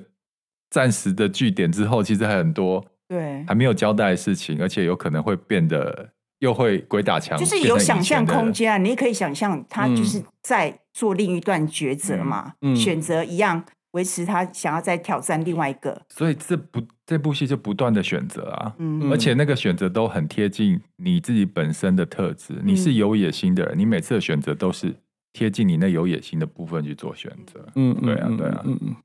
Speaker 1: 暂时的据点之后，其实还有很多
Speaker 3: 对
Speaker 1: 还没有交代的事情，而且有可能会变得又会鬼打墙，
Speaker 3: 就是
Speaker 1: 变成
Speaker 3: 有
Speaker 1: 以前
Speaker 3: 想象
Speaker 1: 的
Speaker 3: 空间啊，你也可以想象他
Speaker 1: 嗯
Speaker 3: 就是在做另一段抉择嘛，
Speaker 2: 嗯嗯
Speaker 3: 选择一样维持他想要再挑战另外一个，
Speaker 1: 所以这不这部戏就不断的选择啊，
Speaker 3: 嗯
Speaker 2: 嗯
Speaker 1: 而且那个选择都很贴近你自己本身的特质。你是有野心的人，你每次的选择都是贴近你那有野心的部分去做选择。
Speaker 2: 嗯，
Speaker 1: 对啊对啊
Speaker 2: 嗯嗯。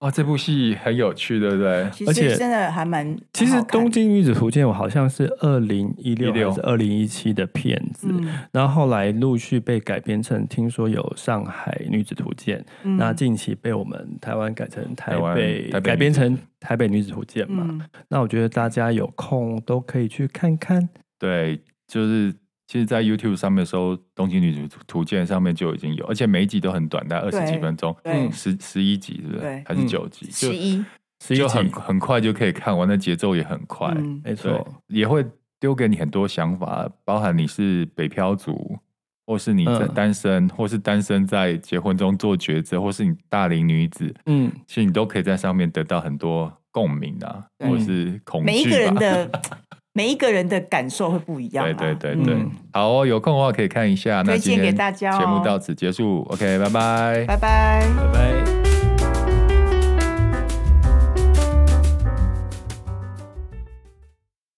Speaker 1: 哇，这部戏很有趣，对不对？
Speaker 3: 其
Speaker 2: 而且
Speaker 3: 实真的还蛮
Speaker 2: 其实
Speaker 3: 蛮
Speaker 2: 《
Speaker 3: 好看
Speaker 2: 东京女子图鉴》我好像是二零一六
Speaker 1: 16
Speaker 2: 还是二零一七的片子，
Speaker 3: 嗯
Speaker 2: 然后后来陆续被改编成，听说有《上海女子图鉴》
Speaker 3: 嗯
Speaker 2: 那近期被我们台湾改成台
Speaker 1: 台湾
Speaker 2: 北，
Speaker 1: 台北
Speaker 2: 改编
Speaker 1: 女子
Speaker 2: 成《台北女子图鉴》嘛。
Speaker 3: 嗯
Speaker 2: 那我觉得大家有空都可以去看看。
Speaker 1: 对，就是其实，在 YouTube 上面搜《东京女子图鉴》上面就已经有，而且每一集都很短，大概二十几
Speaker 3: 对
Speaker 1: 分钟，
Speaker 3: 对
Speaker 1: 十十一集是不是
Speaker 3: 对？
Speaker 1: 还是
Speaker 2: 嗯
Speaker 1: 九集？
Speaker 3: 十一
Speaker 2: 十
Speaker 1: 就就
Speaker 2: 一集
Speaker 1: 很很快就可以看完，那节奏也很快。
Speaker 3: 嗯
Speaker 2: 没
Speaker 1: 对
Speaker 2: 错，，
Speaker 1: 也会丢给你很多想法，包含你是北漂族，或是你在
Speaker 2: 嗯
Speaker 1: 单身，或是单身在结婚中做抉择，或是你大龄女子，
Speaker 2: 嗯，
Speaker 1: 其实你都可以在上面得到很多共鸣啊，
Speaker 3: 对
Speaker 1: 或是恐惧吧。
Speaker 3: 每一个人的每一个人的感受会不一样、啊，
Speaker 1: 对对对
Speaker 3: 嗯
Speaker 1: 对，
Speaker 2: 嗯
Speaker 1: 好哦，有空的话可以看一下。那
Speaker 3: 推荐
Speaker 1: 今天
Speaker 3: 给大家哦
Speaker 1: 节目到此结束，OK，拜拜，
Speaker 3: 拜拜。
Speaker 2: 拜拜。